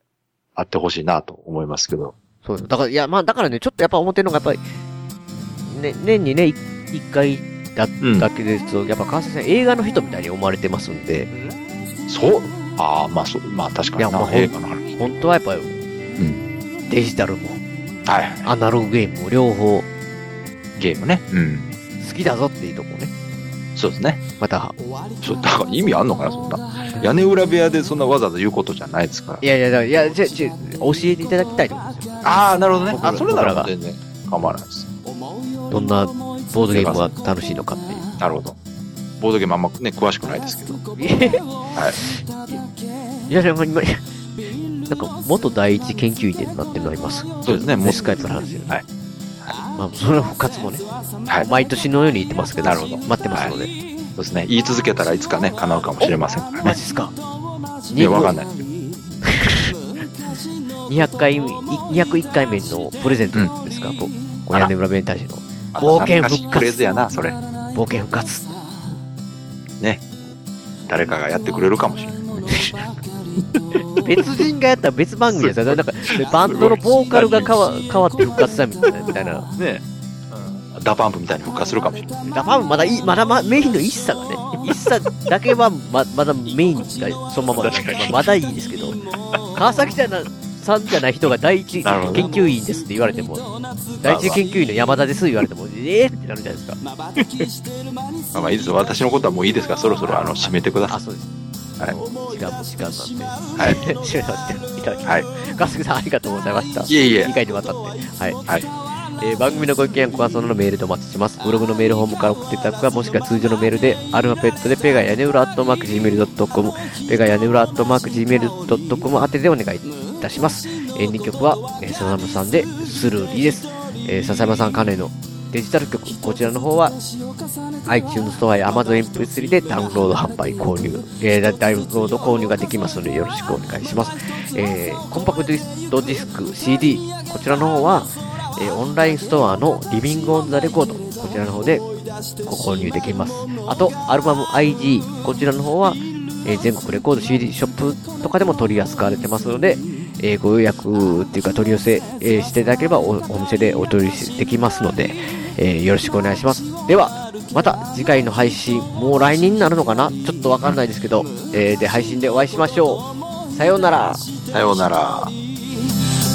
S3: あってほしいなと思いますけど。
S2: そうですだから、いや、まあ、だからね、ちょっとやっぱ思ってるのが、やっぱり、ね、年にね、い一回だ
S3: うん
S2: だけですと、やっぱ川崎さん映画の人みたいに思われてますんで、
S3: そうああ、まあ、そう、まあ確か
S2: いや
S3: に
S2: まあ
S3: な。映画の話。
S2: 本当はやっぱり、デジタルも、
S3: はい。
S2: アナログゲームも両方
S3: ゲームね。うん。
S2: 好きだぞっていうとこね、
S3: そうですね。
S2: また、
S3: そう、だから意味あんのかな、そんな。屋根裏部屋でそんなわざわざ言うことじゃないですから
S2: い。やいや、だからいや、じゃ、じゃ、教えていただきたいと思うんですよ。
S3: ああ、なるほどね。
S2: 僕ら
S3: あ、それな
S2: 僕ら
S3: ら
S2: が
S3: 全然構わないです。
S2: どんなボードゲームが楽しいのかっていう。
S3: なるほど。ボードゲームあんまね、詳しくないですけど。
S2: はい。いや、でも今、なんか、元第一研究員ってなってるのあります。
S3: そうですねもう
S2: スカイプの話で。
S3: はい。
S2: まあ、その復活もね、
S3: はい。
S2: 毎年のように言ってますけど、
S3: なるほど
S2: 待ってますので。
S3: そうですね。言い続けたらいつかね、叶うかもしれませんから
S2: マ
S3: ね。
S2: ジっすか
S3: いや、わかんない。
S2: 200回、い201回目のプレゼントですか、僕
S3: あら
S2: 屋根裏部屋に対しての。
S3: あ
S2: 冒険復活
S3: 懐かしいフレーズやな、それ。
S2: 冒険復活。
S3: 誰かがやってくれるかもしれない。
S2: 別人がやったら別番組ですよ。なんか、バンドのボーカルが 変わ変わって復活したみたいなみたいな。
S3: ねダパンプみたいに復活するかもしれない。
S2: ダパンプまだいい、まだまメインの一茶がね、一茶だけはままだメインがそのままだ、まあまだいいですけど、川崎じゃなさんじゃない人が第一研
S3: なるほど
S2: 究員ですって言われても、第一研究員の山田です言われても、えーってなるじゃないですか。
S3: まあまあいいです。私のことはもういいですから、そろそろあの締めてください。あ、
S2: そうです。
S3: はい。
S2: 時間も時間なんで。
S3: はい。
S2: 終了していただきます。
S3: はい。
S2: ガスクさんありがとうございました。
S3: いえいえ
S2: 2回にわたって。はい。えー番組のご意見、ご感想などのメールでお待ちします。ブログのメールフォームから送っていただくか、もしくは通常のメールで、アルファベットで、ペガヤネウラアットマーク Gmail.com、ペガヤネウラアットマーク Gmail.com 宛てでお願いいたします。えー、2曲は、えー、サザムさんで、スルーリです。えー、笹山さん関連のデジタル曲、こちらの方は、iTunes ストアや Amazon MP3 でダウンロード販売購入、えーダダウンロード購入ができますのでよろしくお願いします。えーコンパクトディスク、CD、こちらの方は、えーオンラインストアのリビングオンザレコード、こちらの方でご購入できます。あと、アルバム IG、こちらの方は、えー全国レコード CD ショップとかでも取り扱われてますので、えーご予約っていうか取り寄せ、えーしていただければおお店でお取り寄せできますので、えーよろしくお願いします。では、また次回の配信、もう来年になるのかなちょっとわかんないですけど、えーで、配信でお会いしましょう。さようなら。
S3: さようなら。